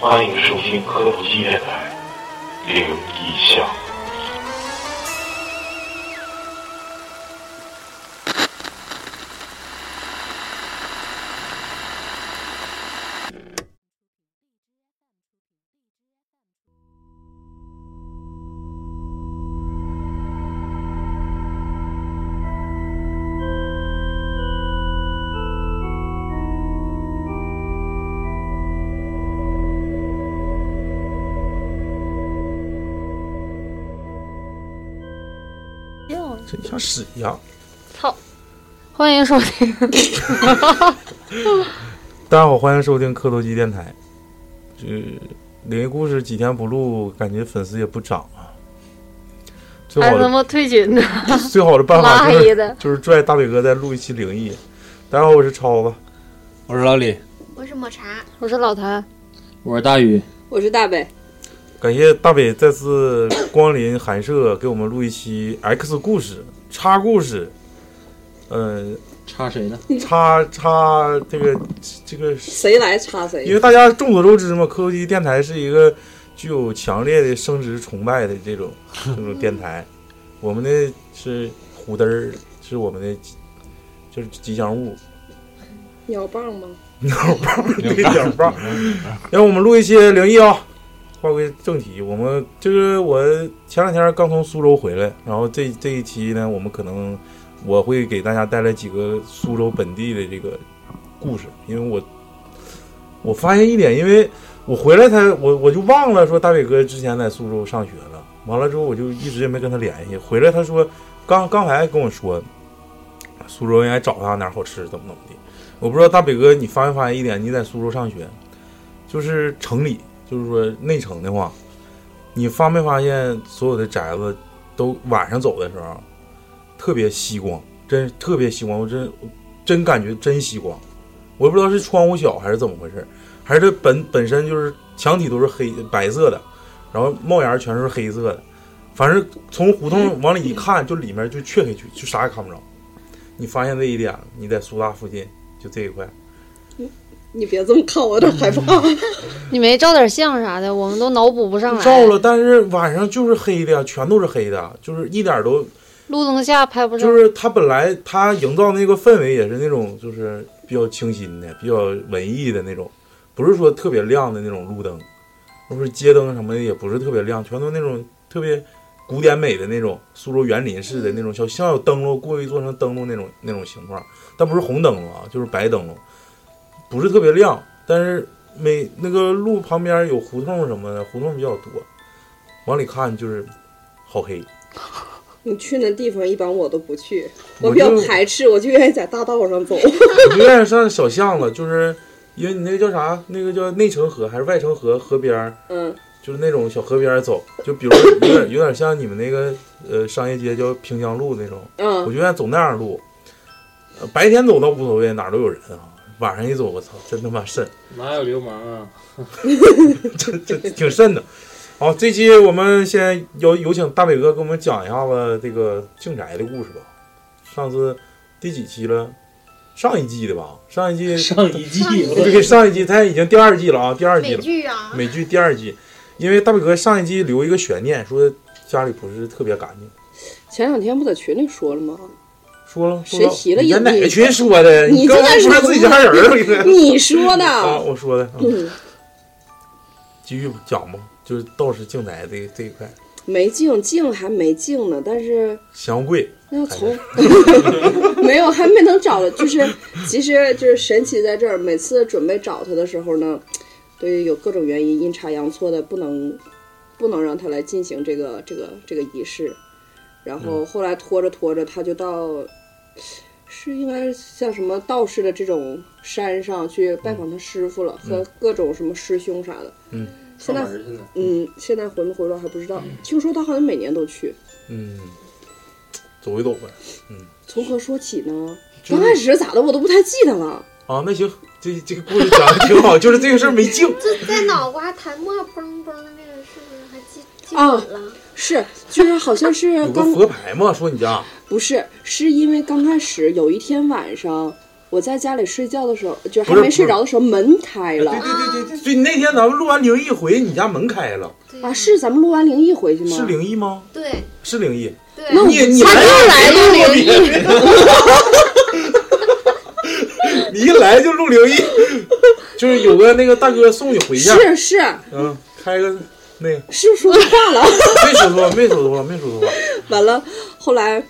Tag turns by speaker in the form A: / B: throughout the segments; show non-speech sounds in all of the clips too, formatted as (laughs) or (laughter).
A: 欢迎收听科普纪电台《灵异巷》。
B: 真像屎一样。
C: 欢迎收听，
B: 大家好，欢迎收听磕头机电台。这灵异故事几天不录，感觉粉丝也不涨啊。最
C: 还
B: 好
C: 他
B: 的
C: 妈退群呢，
B: 最好的办法
C: 拉
B: 就
C: 黑
B: 是
C: 的。
B: 就是拽大伟哥再录一期灵异。大家好，我是超子。
D: 我是老李，
E: 我是抹茶，
C: 我是老谭，
D: 我是大宇，
F: 我是大北，
B: 感谢大北再次光临寒舍，给我们录一期 X 故事、叉故事，呃，
D: 插谁呢？
B: 叉叉这个这个
F: 谁来插
B: 因
F: 谁
B: 为。大家众所周知嘛，科技电台是一个具有强烈的生殖崇拜的这种这种电台。我们的是虎嘚儿，是我们的吉就是吉祥物，
F: 鸟棒吗？
B: 对鸟棒。让我们录一些灵异啊。话归正题，我们就是我前两天刚从苏州回来，然后这这一期呢，我们可能我会给大家带来几个苏州本地的这个故事，因为我我发现一点，因为我回来才我我就忘了说大伟哥之前在苏州上学了，完了之后我就一直也没跟他联系，回来他说刚刚才跟我说苏州应该找他哪儿好吃怎么怎么地，我不知道大北哥你发没发现一点，你在苏州上学，就是城里，就是说内城的话，你发没发现所有的宅子都晚上走的时候特别吸光，真特别吸光，我真真感觉真吸光。我也不知道是窗户小还是怎么回事，还是这本本身就是墙体都是黑白色的，然后帽檐全是黑色的，反正从胡同往里一看，就里面就黢黑黢，就啥也看不着。你发现这一点了，你在苏大附近就这一块，
F: 你别这么看我，有点害怕。
B: 嗯
C: 你没照点相啥的，我们都脑补不上来。
B: 照了，但是晚上就是黑的，全都是黑的，就是一点都
C: 路灯下拍不上，
B: 就是他本来他营造那个氛围也是那种就是比较清新的、比较文艺的那种，不是说特别亮的那种路灯，或是街灯什么的也不是特别亮，全都那种特别古典美的那种苏州园林式的那种小像有灯笼，故意做成灯笼那种那种形状，但不是红灯笼啊，就是白灯笼，不是特别亮，但是每那个路旁边有胡同什么的，胡同比较多，往里看就是好黑，
F: (laughs) 你去那地方，一般我都不去，
B: 我
F: 我比较
B: 就
F: 排斥，我就愿意在大道上
B: (laughs)
F: 走。
B: 我就愿意上小巷子，就是因为你那个叫啥，那个叫内城河还是外城河河边儿，
F: 嗯，
B: 就是那种小河边儿走，就比如说有点有点像你们那个呃商业街叫平江路那种，我
F: 嗯，
B: 就愿意走那样的路。呃白天走倒无所谓，哪儿都有人啊。晚上一走，我操，真他妈瘆， (laughs)
D: 哪有流氓啊？
B: 这挺瘆的。好，这期我们先有有请大北哥给我们讲一下子这个庆宅的故事吧。上次第几期了？上一季的吧？上一季
D: 上一季
E: 上一季
B: 这个上一季它已经第二季了啊，第二季
E: 美
B: 了，
E: 剧啊，
B: 美剧第二季，因为大伟哥上一季留一个悬念，说家里不是特别干净，
F: 前两天不在群里说了
B: (laughs)
F: 吗？
B: 说了，说
F: 谁提了
B: 你在
F: 一
B: 哪
F: 句
B: 个群说的？
F: 你
B: 刚
F: 这
B: 才
F: 是
B: 不是自己家人儿了？你这
F: 你说
B: 啊，
F: 的。
B: 我说的，啊
F: 嗯，
B: 继续讲吧，就是道士敬宅这这一块，
F: 没静，静还没静呢，但是
B: 祥贵
F: 那要从 (laughs) 没有还没能找着，就是其实就是神奇在这儿，每次准备找他的时候呢，对，有各种原因阴差阳错的不能不能让他来进行这个这个这个仪式，然后后来拖着拖着他就到。是应该像什么道士的这种山上去拜访他师傅了，和各种什么师兄啥的。
B: 嗯，
F: 现在
D: 去呢？
F: 嗯，现在回没回来还不知道。听说他好像每年都去，
B: 嗯，走一走呗。
F: 从何说起呢？
B: 就是
F: 刚开始咋的，我都不太记得了。
B: 啊，那行，这这个故事讲的挺好，就是这个事儿没敬。
E: 这在脑瓜弹沫崩崩这个是不是还记记
F: 啊
E: 混了？
F: 是，就是好像
B: (laughs)
F: 是
B: 有个
F: 刚
B: 佛牌嘛，说你家
F: 不是，是因为刚开始有一天晚上，我在家里睡觉的时候，就还
B: 不是
F: 没睡着的时候，门开
B: 对
F: 了
B: 对对对对，所以那天咱们录完灵异回，你家门开了，
E: 对
F: 啊！是咱们录完灵异回去吗？
B: 是灵异吗？
E: 对
B: 是灵异，
E: 对，
F: 那我
B: 你你
C: 他
B: 来
C: 又来就灵异，
B: 你一来就录灵异，就是有个那个大哥送你回家，
F: 是是
B: 嗯，开个那个
F: 是说错话了。 (laughs)
B: 没说错，没说错，没说错，
F: 完了，后来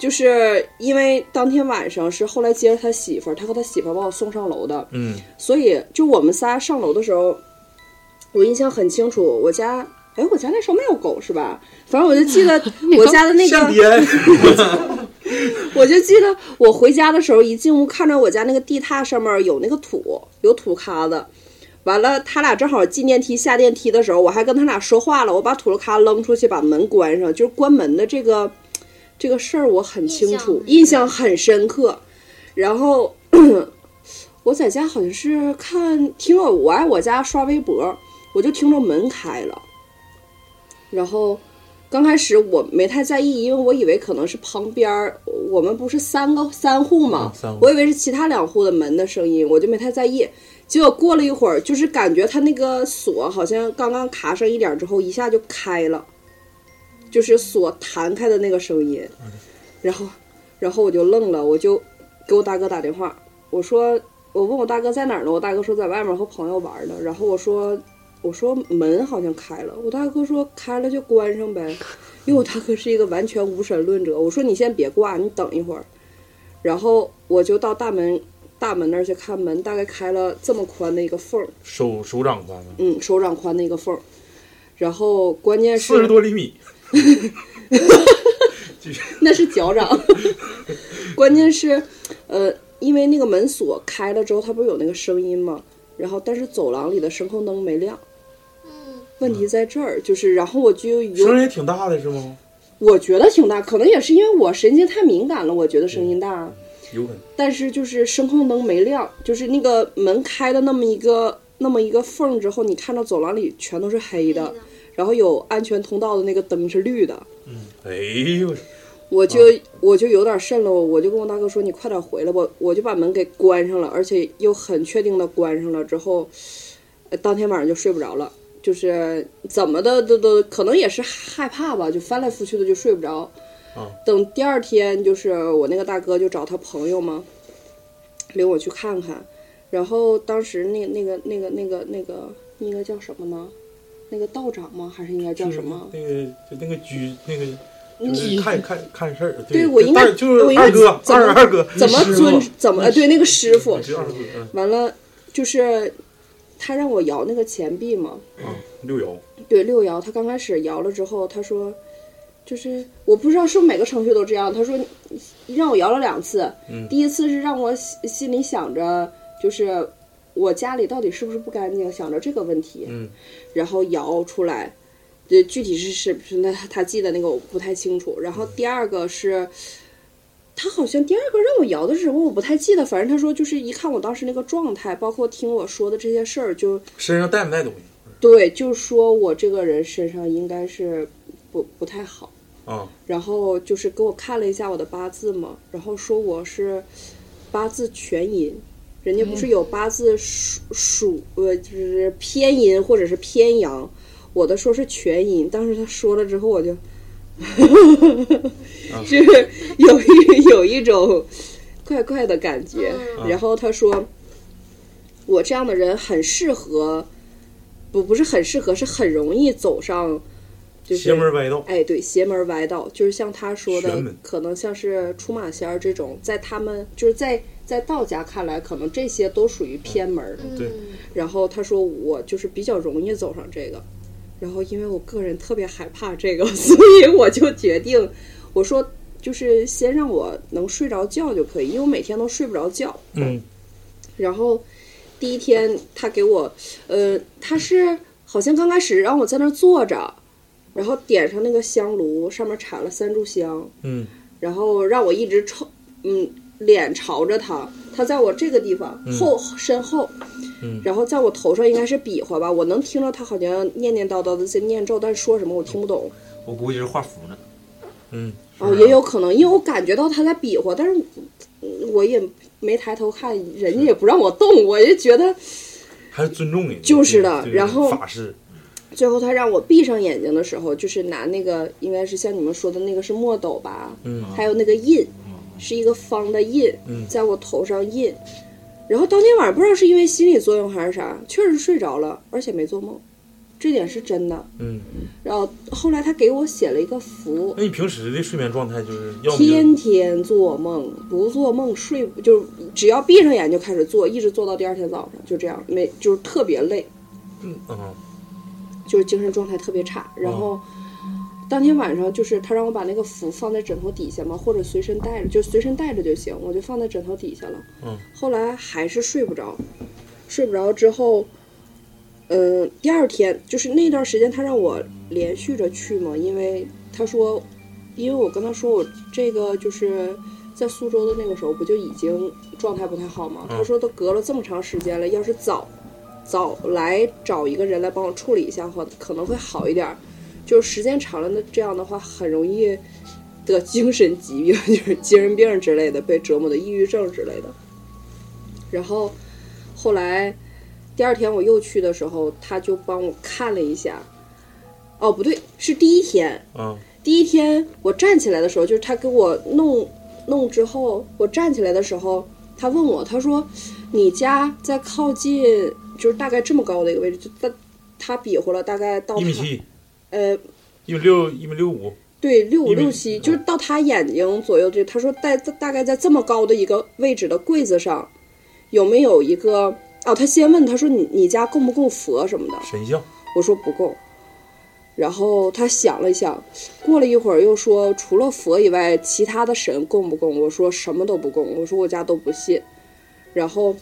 F: 就是因为当天晚上是后来接着他媳妇儿，他和他媳妇儿把我送上楼的，
B: 嗯
F: 所以就我们仨上楼的时候，我印象很清楚，我家。哎，我家那时候没有狗是吧？反正我就记得我家的那个
B: 像编，
F: 我就记得我回家的时候，一进屋看着我家那个地榻上面有那个土，有土咖子。完了，他俩正好进电梯下电梯的时候，我还跟他俩说话了，我把土楼咖扔出去，把门关上，就是关门的这个这个事儿我很清楚，印
E: 印象
F: 象很深刻。然后 (coughs) 我在家好像是看听了我爱我家刷微博，我就听着门开了，然后。刚开始我没太在意，因为我以为可能是旁边儿，我们不是三个三户嘛
B: 嗯，三户
F: 我以为是其他两户的门的声音，我就没太在意。结果过了一会儿，就是感觉他那个锁好像刚刚卡上一点儿之后，一下就开了，就是锁弹开的那个声音。然后，然后我就愣了，我就给我大哥打电话，我说我问我大哥在哪儿呢？我大哥说在外面和朋友玩呢。然后我说我说门好像开了，我大哥说开了就关上呗，因为我大哥是一个完全无神论者。我说你先别挂，你等一会儿。然后我就到大门大门那儿去看门，大概开了这么宽的一个缝儿，
B: 手手掌宽的，
F: 嗯，手掌宽的一个缝儿。然后关键是
B: 四十多厘米，
F: 那是脚
B: (laughs)
F: 掌。关键是，呃，因为那个门锁开了之后，它不是有那个声音吗？然后，但是走廊里的声控灯没亮。
E: 嗯，
F: 问题在这儿，就是，然后我就
B: 声
F: 有，
B: 音也挺大的是吗？
F: 我觉得挺大，可能也是因为我神经太敏感了，我觉得声音大。
B: 有可能，
F: 但是就是声控灯没亮，就是那个门开了那么一个那么一个缝儿之后，你看到走廊里全都是黑
E: 嗯
F: 的，然后有安全通道的那个灯是绿的。
B: 哎呦，
F: 我就、
B: 嗯
F: 我就有点瘆了，我就跟我大哥说：“你快点回来吧！”我就把门给关上了，而且又很确定的关上了。之后，呃当天晚上就睡不着了，就是怎么的都都可能也是害怕吧，就翻来覆去的就睡不着。
B: 啊
F: 等第二天，就是我那个大哥就找他朋友嘛，领我去看看。然后当时那那个那个那个那个那个叫什么呢？那个道长吗？还是应该叫什么？
B: 那个就那个居那个。
F: 嗯
B: 就是看看看事儿，
F: 对我应该
B: 二就
F: 我
B: 是
F: 应该
B: 二哥，
F: 怎么
B: 二二哥，
F: 怎么
B: 师傅
F: 尊怎么？呃对，那个师傅，
B: 就二哥，嗯
F: 完了就是他让我摇那个钱币嘛，
B: 啊，六爻，
F: 对，六爻。他刚开始摇了之后，他说，就是我不知道是不是每个程序都这样。他说你让我摇了两次，
B: 嗯
F: 第一次是让我心心里想着就是我家里到底是不是不干净，想着这个问题，
B: 嗯
F: 然后摇出来。这具体是是不是那他他记得那个我不太清楚。然
B: 嗯
F: 后第二个是，他好像第二个让我摇的是什么，我不太记得。反正他说就是一看我当时那个状态，包括听我说的这些事儿，就
B: 身上带没带东西
F: 对，就说我这个人身上应该是不不太好，
B: 啊？
F: 然后就是给我看了一下我的八字嘛，然后说我是八字全阴，人家不是有八字属属呃就是偏阴或者是偏阳，我的说是全阴，当时他说了之后我就
B: 啊
F: (laughs) 就是有一有一种怪怪的感觉，
B: 嗯
F: 然后他说我这样的人很适合。不不是很适合，是很容易走上，就是
B: 邪门歪道，
F: 哎，对，邪门歪道，就是像他说
B: 玄
F: 的
B: 门，
F: 可能像是出马仙儿这种，在他们就是在在道家看来，可能这些都属于偏门儿。
E: 嗯
B: 对
F: 然后他说我就是比较容易走上这个，然后因为我个人特别害怕这个， (laughs) 所以我就决定，我说就是先让我能睡着觉就可以，因为我每天都睡不着觉。
B: 嗯，
F: 然后第一天他给我，呃，他是好像刚开始让我在那儿坐着，然后点上那个香炉，上面插了三炷香，
B: 嗯
F: 然后让我一直朝，嗯，脸朝着他，他在我这个地方后身后，
B: 嗯
F: 然后在我头上应该是比划吧，我能听着他好像念念叨叨的在念咒，但是说什么我听不懂。
G: 我估计是画符呢。
B: 嗯，
F: 哦，也有可能，因为我感觉到他在比划，但是嗯我也没抬头看，人家也不让我动，我就觉得
B: 还是尊重你，
F: 就是的
B: 这个
F: 然后
B: 法式，
F: 最后他让我闭上眼睛的时候，就是拿那个应该是像你们说的那个是墨斗吧，
B: 嗯
F: 还有那个印，是一个方的印，
B: 嗯
F: 在我头上印。然后当天晚上不知道是因为心理作用还是啥，确实睡着了，而且没做梦，这点是真的。
B: 嗯，
F: 然后后来他给我写了一个符，
B: 那你平时的睡眠状态就是嗯要么就
F: 天天做梦，不做梦睡不就只要闭上眼就开始做，一直做到第二天早上，就这样，没就是特别累，
B: 嗯嗯
F: 就是精神状态特别差。
B: 哦
F: 然后、当天晚上就是他让我把那个符放在枕头底下嘛，或者随身带着，就随身带着就行，我就放在枕头底下了。
B: 嗯，
F: 后来还是睡不着，睡不着之后，嗯、第二天就是那段时间他让我连续着去嘛，因为他说，因为我跟他说我这个就是。在苏州的那个时候，不就已经状态不太好吗？
B: 嗯
F: 他说都隔了这么长时间了，要是早早来找一个人来帮我处理一下的话，可能会好一点儿。就是时间长了，那这样的话很容易得精神疾病，就是精神病之类的，被折磨的抑郁症之类的。然后后来第二天我又去的时候，他就帮我看了一下。哦，不对，是第一天，
B: 嗯
F: 第一天我站起来的时候，就是他给我弄弄之后，我站起来的时候，他问我，他说：“你家在靠近，就是大概这么高的一个位置，就他他比划了大概到
B: 一米
F: 他
B: 七，
F: 呃
B: 一米六，一米六五，
F: 对，六五
B: 因为
F: 六七，就是到他眼睛左右这，他说在大概在这么高的一个位置的柜子上，有没有一个？哦，他先问他说你你家供不供佛什么的？
B: 神像，
F: 我说不供。然后他想了一想，过了一会儿又说除了佛以外，其他的神供不供？我说什么都不供，我说我家都不信。然后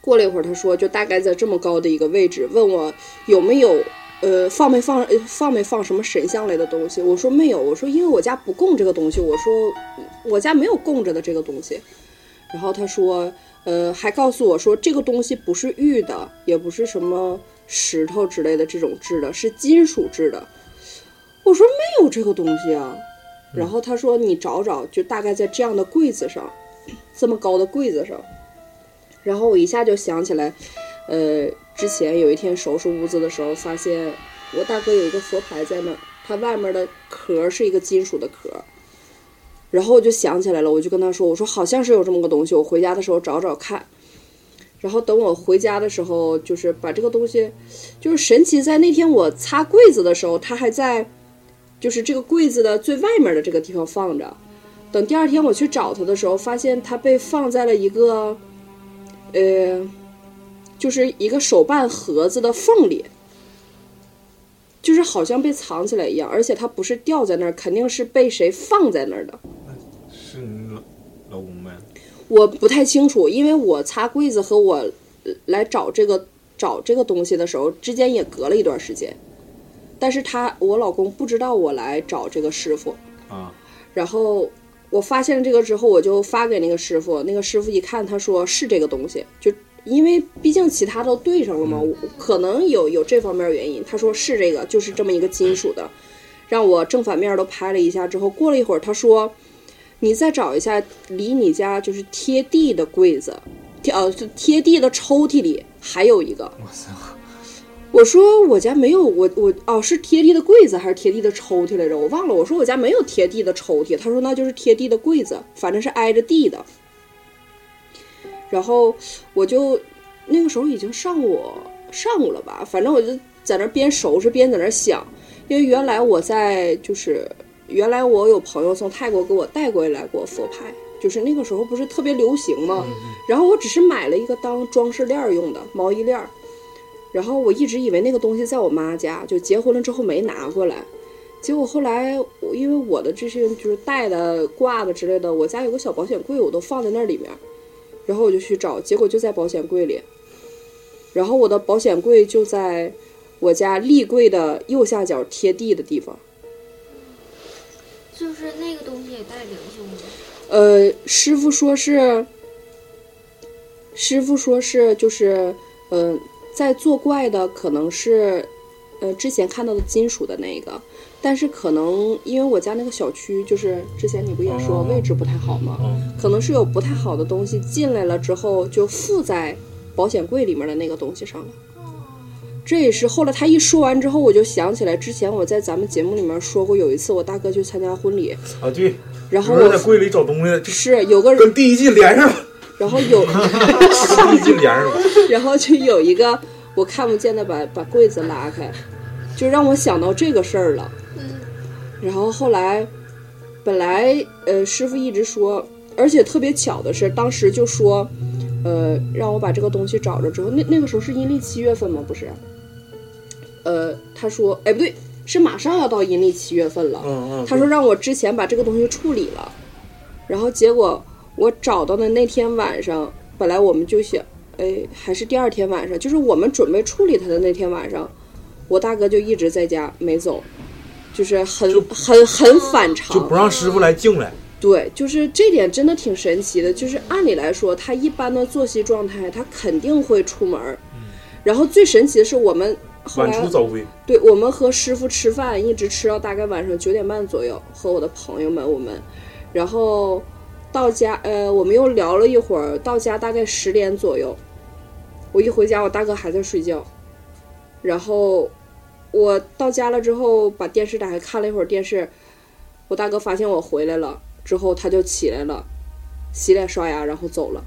F: 过了一会儿，他说就大概在这么高的一个位置，问我有没有呃放没放呃放没放什么神像类的东西？我说没有，我说因为我家不供这个东西，我说我家没有供着的这个东西。然后他说，呃，还告诉我说这个东西不是玉的，也不是什么石头之类的这种制的，是金属制的。我说没有这个东西啊。然后他说你找找，就大概在这样的柜子上，这么高的柜子上。然后我一下就想起来，呃，之前有一天收拾屋子的时候，发现我大哥有一个佛牌在那儿，它外面的壳是一个金属的壳。然后我就想起来了，我就跟他说：“我说好像是有这么个东西，我回家的时候找找看。”然后等我回家的时候，就是把这个东西，就是神奇在那天我擦柜子的时候，它还在，就是这个柜子的最外面的这个地方放着。等第二天我去找它的时候，发现它被放在了一个，呃，就是一个手办盒子的缝里，就是好像被藏起来一样，而且它不是掉在那儿，肯定是被谁放在那儿的。
G: 是你老老公呗？
F: 我不太清楚，因为我擦柜子和我呃来找这个找这个东西的时候，之间也隔了一段时间。但是他我老公不知道我来找这个师傅，
G: 啊，
F: 然后我发现了这个之后，我就发给那个师傅，那个师傅一看，他说是这个东西，就因为毕竟其他都对上了嘛，我可能有有这方面原因。他说是这个，就是这么一个金属的，让我正反面都拍了一下之后，过了一会儿，他说你再找一下离你家就是贴地的柜子，贴呃就贴地的抽屉里还有一个。
G: 我操！
F: 我说我家没有，我我哦是贴地的柜子还是贴地的抽屉来着？我忘了。我说我家没有贴地的抽屉，他说那就是贴地的柜子，反正是挨着地的。然后我就那个时候已经上午上午了吧，反正我就在那儿边收拾边在那儿想，因为原来我在就是原来我有朋友从泰国给我带过来过佛牌，就是那个时候不是特别流行嘛，然后我只是买了一个当装饰链儿用的毛衣链儿。然后我一直以为那个东西在我妈家，就结婚了之后没拿过来。结果后来我因为我的这些就是戴的、挂的之类的，我家有个小保险柜，我都放在那里面。然后我就去找，结果就在保险柜里。然后我的保险柜就在我家立柜的右下角贴地的地方。
E: 就是那个东西也带灵性吗？
F: 呃，师傅说是，师傅说是就是，呃，在作怪的可能是，呃，之前看到的金属的那个，但是可能因为我家那个小区，就是之前你不也说
B: 哦
F: 位置不太好吗？
B: 嗯
F: 可能是有不太好的东西进来了之后就附在保险柜里面的那个东西上了。这也是后来他一说完之后，我就想起来之前我在咱们节目里面说过，有一次我大哥去参加婚礼，
B: 啊，对，
F: 然后
B: 有人在
F: 我
B: 柜里找东西，就是
F: 有个人，
B: 跟第一季连上了，
F: 然后有， (laughs)
B: 跟第一季连上了。
F: 然后就有一个我看不见的把把柜子拉开，就让我想到这个事儿了。
E: 嗯，
F: 然后后来，本来呃师傅一直说，而且特别巧的是，当时就说，呃让我把这个东西找着之后，那那个时候是阴历七月份吗？不是，呃他说，哎不对，是马上要到阴历七月份了。
B: 嗯嗯，
F: 他说让我之前把这个东西处理了，然后结果我找到的那天晚上，本来我们就想，哎，还是第二天晚上，就是我们准备处理他的那天晚上，我大哥就一直在家没走，就是很
B: 就
F: 很很反常，
B: 嗯就不让师傅来进来。
F: 对，就是这点真的挺神奇的。就是按理来说，他一般的作息状态，他肯定会出门儿。然后最神奇的是，我们后
B: 嗯晚
F: 来
B: 出早归，
F: 对我们和师傅吃饭，一直吃到大概晚上九点半左右，和我的朋友们我们，然后到家，呃，我们又聊了一会儿，到家大概十点左右，我一回家，我大哥还在睡觉，然后我到家了之后，把电视打开看了一会儿电视，我大哥发现我回来了之后，他就起来了，洗脸刷牙，然后走了，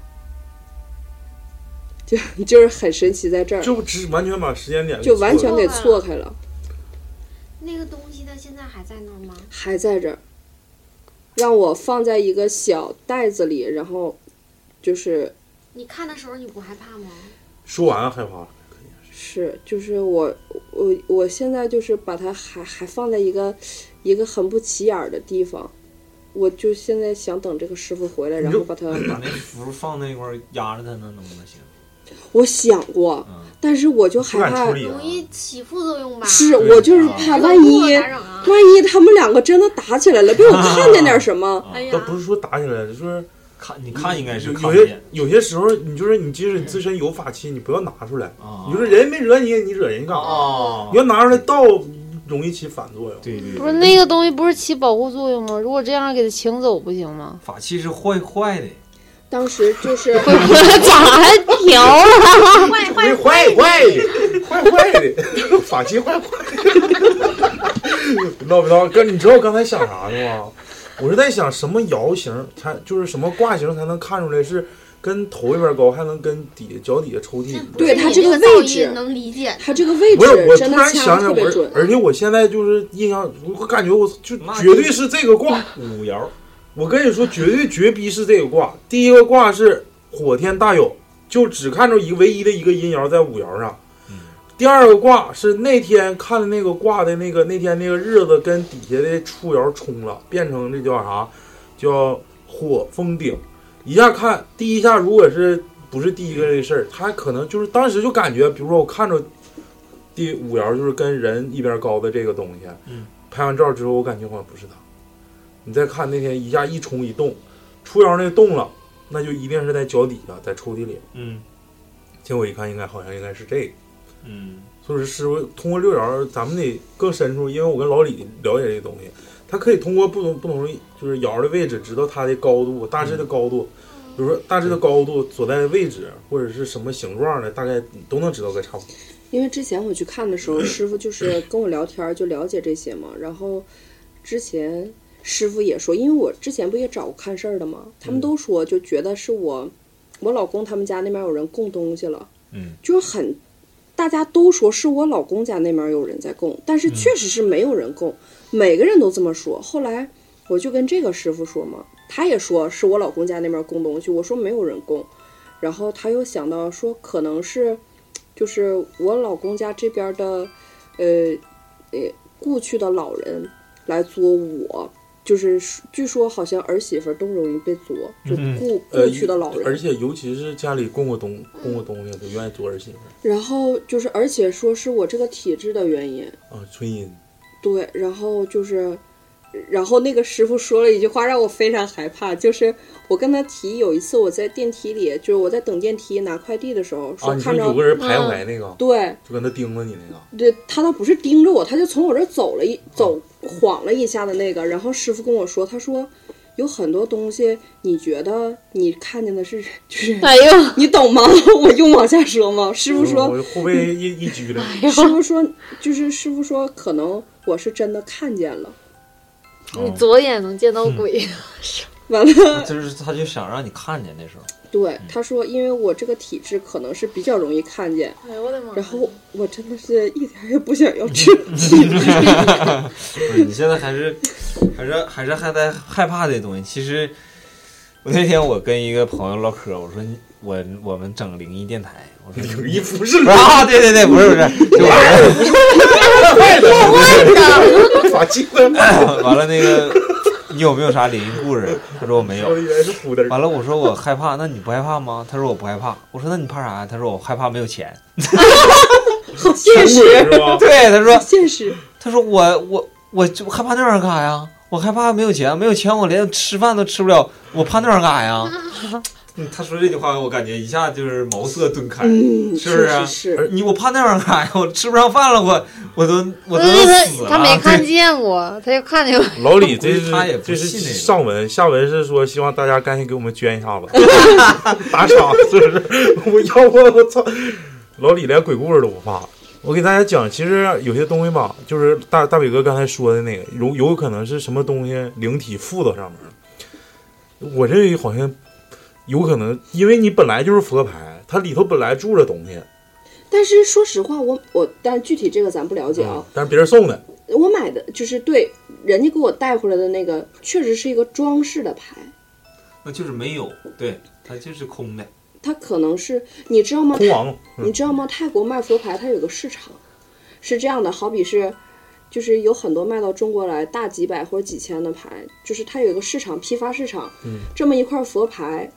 F: 就 (laughs) 就是很神奇在这儿，
B: 就只完全把时间点给
F: 就完
B: 错
F: 全
B: 了
F: 给错开了。
E: 那个东西它现在还在那儿吗？
F: 还在这儿，让我放在一个小袋子里，然后就是
E: 你看的时候你不害怕吗？
B: 说完了害怕了。
F: 是就是我我我现在就是把它还还放在一个一个很不起眼儿的地方，我就现在想等这个师傅回来，然后把它
G: 把那符放那块儿压着它，那
D: (laughs)
G: 能不能行？
F: 我想过，
G: 嗯，
F: 但是我就害
B: 不敢
F: 怕
B: 处，理啊
E: 容易起副作用吧？
F: 是
G: 对
F: 我就是
G: 啊
F: 怕
E: 这个
F: 万
E: 不
F: 一
E: 可咋整啊？
B: 嗯
F: 万一他们两个真的打起来了，被我看见点什么，
E: 哎呀
B: 倒，不是说打起来，就是
G: 看你看应该是
B: 有
G: 看不
B: 有些
G: 见
B: 有些时候，你就是你即使你自身有法器，你不要拿出来。
G: 啊，
B: 你说人没惹你，你惹人干啥？
G: 啊
B: 你，要拿出来倒，容易起反作用。
G: 对对，
C: 不是那个东西不是起保护作用吗？如果这样给它请走不行吗？
G: 法器是坏坏的，
F: 当时就是。
B: 啊
C: 咋还调啊了？
E: 坏
B: 坏坏
E: 坏
B: 坏的，坏坏的，法器坏坏 (laughs) 的。闹不闹？哥，你知道我刚才想啥呢吗？我是在想什么摇型才就是什么挂型才能看出来是跟头一边高，还能跟底下脚底下抽屉。
F: 对它
E: 他
F: 这个位置
E: 能理解。
F: 他这个位
B: 不
F: 置
B: 是，我
F: 真
B: 突
F: 的
B: 然
F: 掐
B: 想
F: 的
B: 想，
F: 特别
B: 我
F: 准，
B: 而且我现在就是印象，我感觉我就
G: 那
B: 绝对是这个卦。
G: (laughs) 五爻
B: 我跟你说，绝对绝逼是这个卦。第一个卦是火天大有，就只看着一个唯一的一个阴爻在五爻上。
G: 嗯
B: 第二个卦是那天看的那个卦的那个那天那个日子跟底下的初爻冲了，变成这叫啥？叫火封顶。一下看第一下，如果是不是第一个这事儿，他可能就是当时就感觉，比如说我看着第五爻就是跟人一边高的这个东西，
G: 嗯
B: 拍完照之后我感觉好像不是他。你再看那天一下一冲一动，初爻那动了，那就一定是在脚底下，在抽屉里。
G: 嗯
B: 结果一看，应该好像应该是这个。
G: 嗯，
B: 所以说师傅通过六爻，咱们得更深入，因为我跟老李了解这个东西，他可以通过不同不同就是爻的位置，知道它的高度，大致的高度，比如说大致的高度所在的位置或者是什么形状的，大概都能知道个差不多。
F: 因为之前我去看的时候，师傅就是跟我聊天儿，就了解这些嘛。然后之前师傅也说，因为我之前不也找过看事儿的嘛，他们都说就觉得是我，我老公他们家那边有人供东西了，
G: 嗯，
F: 就是很，大家都说是我老公家那边有人在供，但是
G: 嗯
F: 确实是没有人供，每个人都这么说。后来我就跟这个师傅说嘛，他也说是我老公家那边供东西，我说没有人供，然后他又想到说可能是。就是我老公家这边的，呃，呃，故去的老人来作我，就是据说好像儿媳妇儿都容易被作，就
G: 嗯
F: 故
B: 呃
F: 故去的老人。
B: 而且尤其是家里供过东供过东西，都愿意做儿媳妇
F: 然后就是，而且说是我这个体质的原因，
B: 儿啊，纯阴。
F: 对，然后就是，然后那个师傅说了一句话让我非常害怕，就是我跟他提有一次我在电梯里，就是我在等电梯拿快递的时候，
B: 啊，
F: 说
B: 你说
F: 看着、嗯
B: 有个人徘徊那个，
F: 对
B: 就跟他盯着你那个，
F: 对，他倒不是盯着我，他就从我这儿走了一走，晃了一下的那个。然后师傅跟我说，他说有很多东西，你觉得你看见的是就是
C: (laughs) 哎呦，
F: 你懂吗？ (laughs) 我用往下说吗？师傅说，
B: 啊
F: 哎
B: 我后背一一撅
F: (laughs)
B: 了， (laughs)
C: 呦
F: 师傅说，就是师傅说，可能我是真的看见了。
C: 你左眼能见到鬼，
F: 完了， (laughs)
G: 就是他就想让你看见那时候，
F: 对他说，因为我这个体质可能是比较容易看见，
C: 哎呦我的妈！
F: 然后我真的是一点儿也不想要吃
G: 嗯 (laughs) 不是你现在还是 (laughs) 还是还是还在害怕这东西。其实我那天我跟一个朋友唠嗑，我说你我我们整灵异电台，我说灵异不是啊，对对对，不是不是，就完了。
D: (laughs)
B: 咋记得？
G: (laughs)
F: (laughs)
G: 完了那个，你有没有啥灵异故事？他说我没有
B: 我。以为是扑的，
G: (laughs) 完了，我说我害怕，那你不害怕吗？他说我不害怕。我说那你怕啥呀？他说我害怕没有钱。
F: 现实，
B: 是吧？
G: (laughs) 对，他说
F: 现实。
G: 他说我我我就害怕那玩意儿干啥呀？我害怕没有钱，没有钱我连吃饭都吃不了，我怕那玩意儿干啥呀？嗯他说这句话，我感觉一下就是茅塞顿开。
F: 嗯，
G: 是不是啊
F: 是是，
G: 你我怕那玩意儿干啥呀？我吃不上饭了，我我都我都
C: 嗯那
G: 要死
C: 他他
G: 了。啊
C: 没看
G: 对
C: 见过，他就看见我。
B: 老李，这
G: 估计他也
B: 是
G: 不
B: 这是
G: 信那个
B: 上文，下文是说希望大家赶紧给我们捐一
G: (laughs)
B: 下子，打赏是不是？ (laughs) 我要不我操，老李连鬼故事都不怕。我给大家讲，其实有些东西吧，就是大大伟哥刚才说的那个，有有可能是什么东西灵体附到上面了。我这好像有可能，因为你本来就是佛牌，它里头本来住着东西，
F: 但是说实话，我我但具体这个咱不了解啊。
B: 嗯但是别人送的，
F: 我买的就是对人家给我带回来的那个，确实是一个装饰的牌，
G: 那就是没有，对他就是空的。
F: 它可能是你知道吗？
B: 空王。嗯
F: 你知道吗？泰国卖佛牌它有个市场，是这样的，好比是。就是有很多卖到中国来大几百或者几千的牌，就是它有一个市场批发市场，
B: 嗯
F: 这么一块佛牌，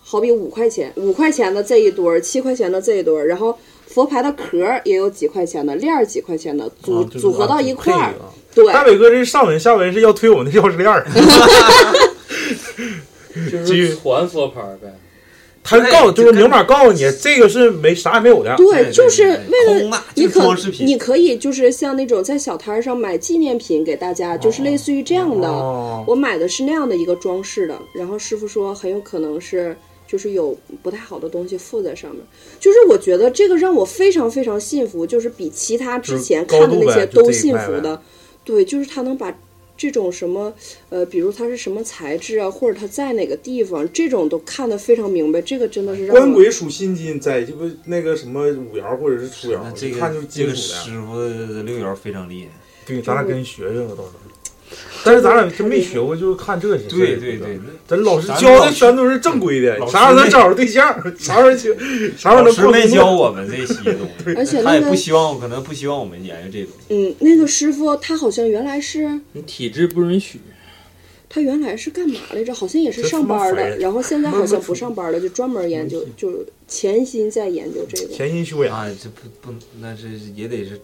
F: 好比五块钱，五块钱的这一堆儿，七块钱的这一堆儿，然后佛牌的壳儿也有几块钱的，链儿几块钱的，组、
B: 啊就是
F: 组合
B: 啊
F: 到
B: 就
F: 一
B: 配
F: 块儿
B: 一，个啊
F: 对，
B: 大伟哥这是上文下文是要推我们的钥匙链儿，
D: 就是传佛牌呗。
B: 他告就是明码告诉你，这个是没啥也没有的。
F: 对，就是
G: 对对
F: 为
G: 空
F: 了
G: 的
F: 你
G: 就是
F: 可
G: 装饰品
F: 你可以就是像那种在小摊儿上买纪念品给大家，就是类似于这样的。
B: 哦，
F: 我买的是那样的一个装饰的，然后师傅说很有可能是就是有不太好的东西附在上面，就是我觉得这个让我非常非常信服，就是比其他之前
B: 就
F: 看
B: 是高度呗
F: 的那些
B: 就这
F: 都
B: 一
F: 信
B: 块
F: 服
B: 呗
F: 的，对，就是他能把。这种什么，呃，比如它是什么材质啊，或者它在哪个地方，这种都看得非常明白。这个真的是让
B: 官
F: 我
B: 鬼属辛金，在这个那个什么五爻或者是初
G: 那
B: 爻，
G: 这
B: 一
G: 个
B: 看就是
G: 这
B: 金
G: 个
B: 属的。
G: 师傅的六爻非常厉害。
B: 对，咱俩跟学学吧，到时候。但是咱俩真没学过，就是看这些。
G: 对对对，，
B: 咱老师教的全都是正规的，啥时候能找着对象，啥时候去，啥时候
G: 老
B: 能
G: 师
B: 过
G: 没
B: 门
G: 教我们这些东
B: (laughs)
G: 西，
F: 而且
G: 他
F: 那
G: 也
F: 个
G: 不希望，可能不希望我们研究这东西。
F: 嗯，那个师傅他好像原来是
D: 你体质不允许，
F: 他原来是干嘛来着？好像也是上班
B: 这他妈烦
F: 的，
B: 人
F: 然后现在好像不上班了，就专门研究，就潜心在研究这个。
B: 潜心修养。
G: 啊，这不不，那这也得是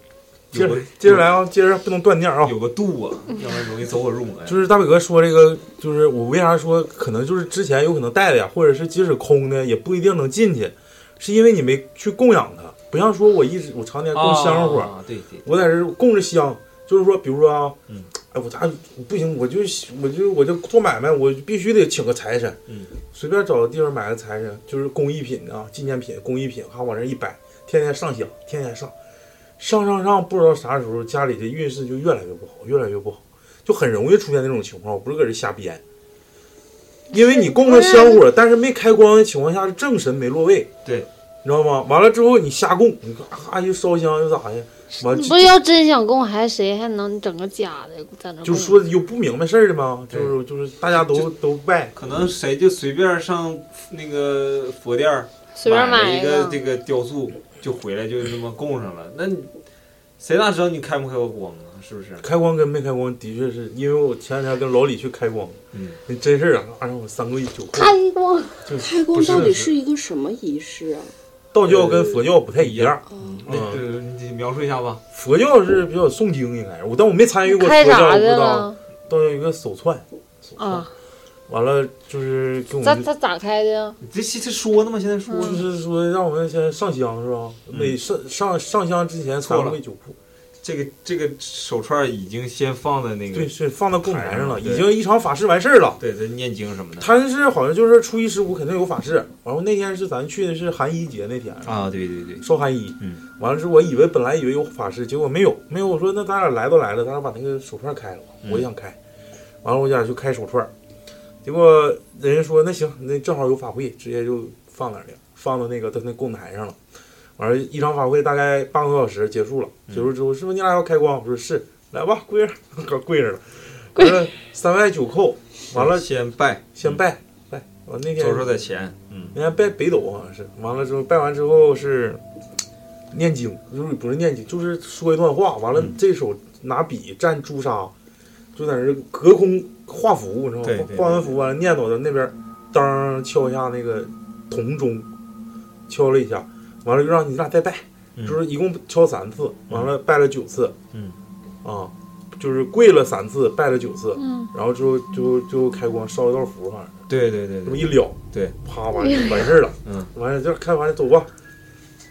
B: 接
G: 有
B: 着
G: 个
B: 接着来啊，接着不能断电啊。
G: 有个度啊，要不然容易走火入魔呀。
B: 就是大伟哥说这个，就是我为啥说可能就是之前有可能带的呀，或者是即使空的也不一定能进去，是因为你没去供养它，不像说我一直我常年供香火，
G: 啊，对对，
B: 我在这供着香，就是说比如说啊，
G: 嗯
B: 哎我家不行，我就我就我就做买卖，我必须得请个财神，
G: 嗯
B: 随便找个地方买个财神，就是工艺品啊，纪念品、工艺品，哈往这一摆，天天上香，天天上，上上上，不知道啥时候家里的运势就越来越不好，越来越不好，就很容易出现那种情况。我不是搁这瞎编，因为你供了香火，但是没开光的情况下，正神没落位，
G: 对，
B: 你知道吗？完了之后你瞎供，你咔又烧香又咋的，完
C: 你
B: 就
C: 不是要真想供，还谁还能整个假的在那供？
B: 就说有不明白事儿的吗？
G: 对
B: 就是就是大家都
G: 就
B: 都拜，
G: 可能谁就随便上那个佛店儿
C: 随便
G: 买了
C: 买
G: 一个这
C: 个，
G: 个雕塑，就回来就那么供上了。那你谁哪知道你开没开过光啊？是不是？
B: 开光跟没开光的确是因为我前两天跟老李去开光。
G: 嗯，
B: 那真事儿啊，那让我三个一九块。
C: 开光
F: 开
B: 不
F: 光
B: 是
F: 到底
B: 是
F: 是一个什么仪式啊？
B: 道教跟佛教不太一样，
G: 那个你描述一下吧。
B: 佛教是比较诵经应该是，我但我没参与过佛
C: 开
B: 教，
C: 啥
B: 我不知
C: 的
B: 道。
C: 了？
B: 倒要一个手串，手串，
C: 啊，
B: 完了就是给我
C: 咋
B: 们
C: 咋咋开的呀？
G: 你这现在说呢吗？现在说
B: 就
G: 呢
B: 是说让我们先上香是吧？
G: 嗯
B: 每上上上香之前
G: 错了
B: 三跪九叩，
G: 这个这个手串已经先放在那个
B: 对，是放到供台上了，
G: 对
B: 已经一场法事完事儿了。
G: 对在念经什么的
B: 他是好像就是初一十五肯定有法事，然后那天是咱去的是寒衣节那天，
G: 啊，对对对，
B: 烧寒衣。
G: 嗯，
B: 完了是我以为本来以为有法事，结果没有，没有。我说那咱俩来都来了，咱俩把那个手串开了吧，
G: 嗯
B: 我也想开。完了我俩就开手串，结果人家说那行，那正好有法会，直接就放那里了，放到那个他那供台上了。完了，一场法会大概半个多小时结束了，
G: 嗯
B: 结束之后师傅你俩要开光，我说是，来吧，跪着， (laughs) 跪
G: (laughs)
B: 着了。完了三拜九叩，完了
G: 先拜，
B: 先拜拜。我那天
G: 左手在前，嗯，
B: 人家拜北斗好像是，完了之后拜完之后是念经，就是不是念经，就是说一段话，完了
G: 嗯
B: 这手拿笔蘸朱砂，就在那儿隔空画符，你知道吗
G: 对对对？
B: 画完符完了念叨的那边，当敲一下那个铜钟，敲了一下，完了又让你俩再拜，
G: 嗯
B: 就是一共敲三次，完了拜了九次，
G: 嗯，
B: 啊，就是跪了三次，拜了九次，
C: 嗯，
B: 然后之后就就开光烧一道符，好像是。
G: 对对对
B: 这么
G: 对，
B: 一撩，
G: 对，
B: 啪完事完事儿了，
G: 嗯，
B: 完事儿就是看完了走吧，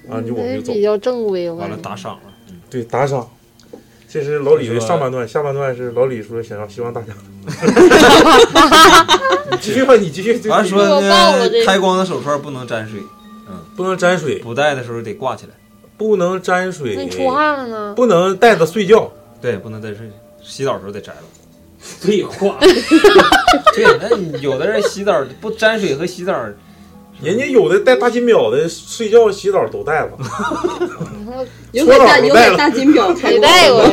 B: 完啊了就我
C: 嗯那
B: 们
C: 是
B: 就走
C: 比，较正规，我感
G: 完了
C: 觉。
G: 打赏了，嗯
B: 对，打赏。这是老李
G: 是
B: 的
G: 吧
B: 上半段，下半段是老李说想要希望大
C: (laughs)
B: 家。你继续吧，你继续。
G: 完了说
C: 这个爆了这
G: 呢，
C: 个
G: 开光的手串不能沾水，
B: 不能沾水，
G: 不戴的时候得挂起来，
B: 不能沾
C: 那
B: 水
C: 你，出汗了
B: (laughs)
C: 呢？
B: 不能带着睡觉。
G: 对，不能戴水，洗澡的时候得摘了。
D: 废话，
G: (laughs) 对，那你有的人洗澡不沾水和洗澡，
B: 人家有的带大金表的，睡觉、洗澡都带了。
F: 有给大有给大
C: (laughs)
F: 金表开
C: 没
F: 过，
C: 带
B: (laughs)
C: 过呀？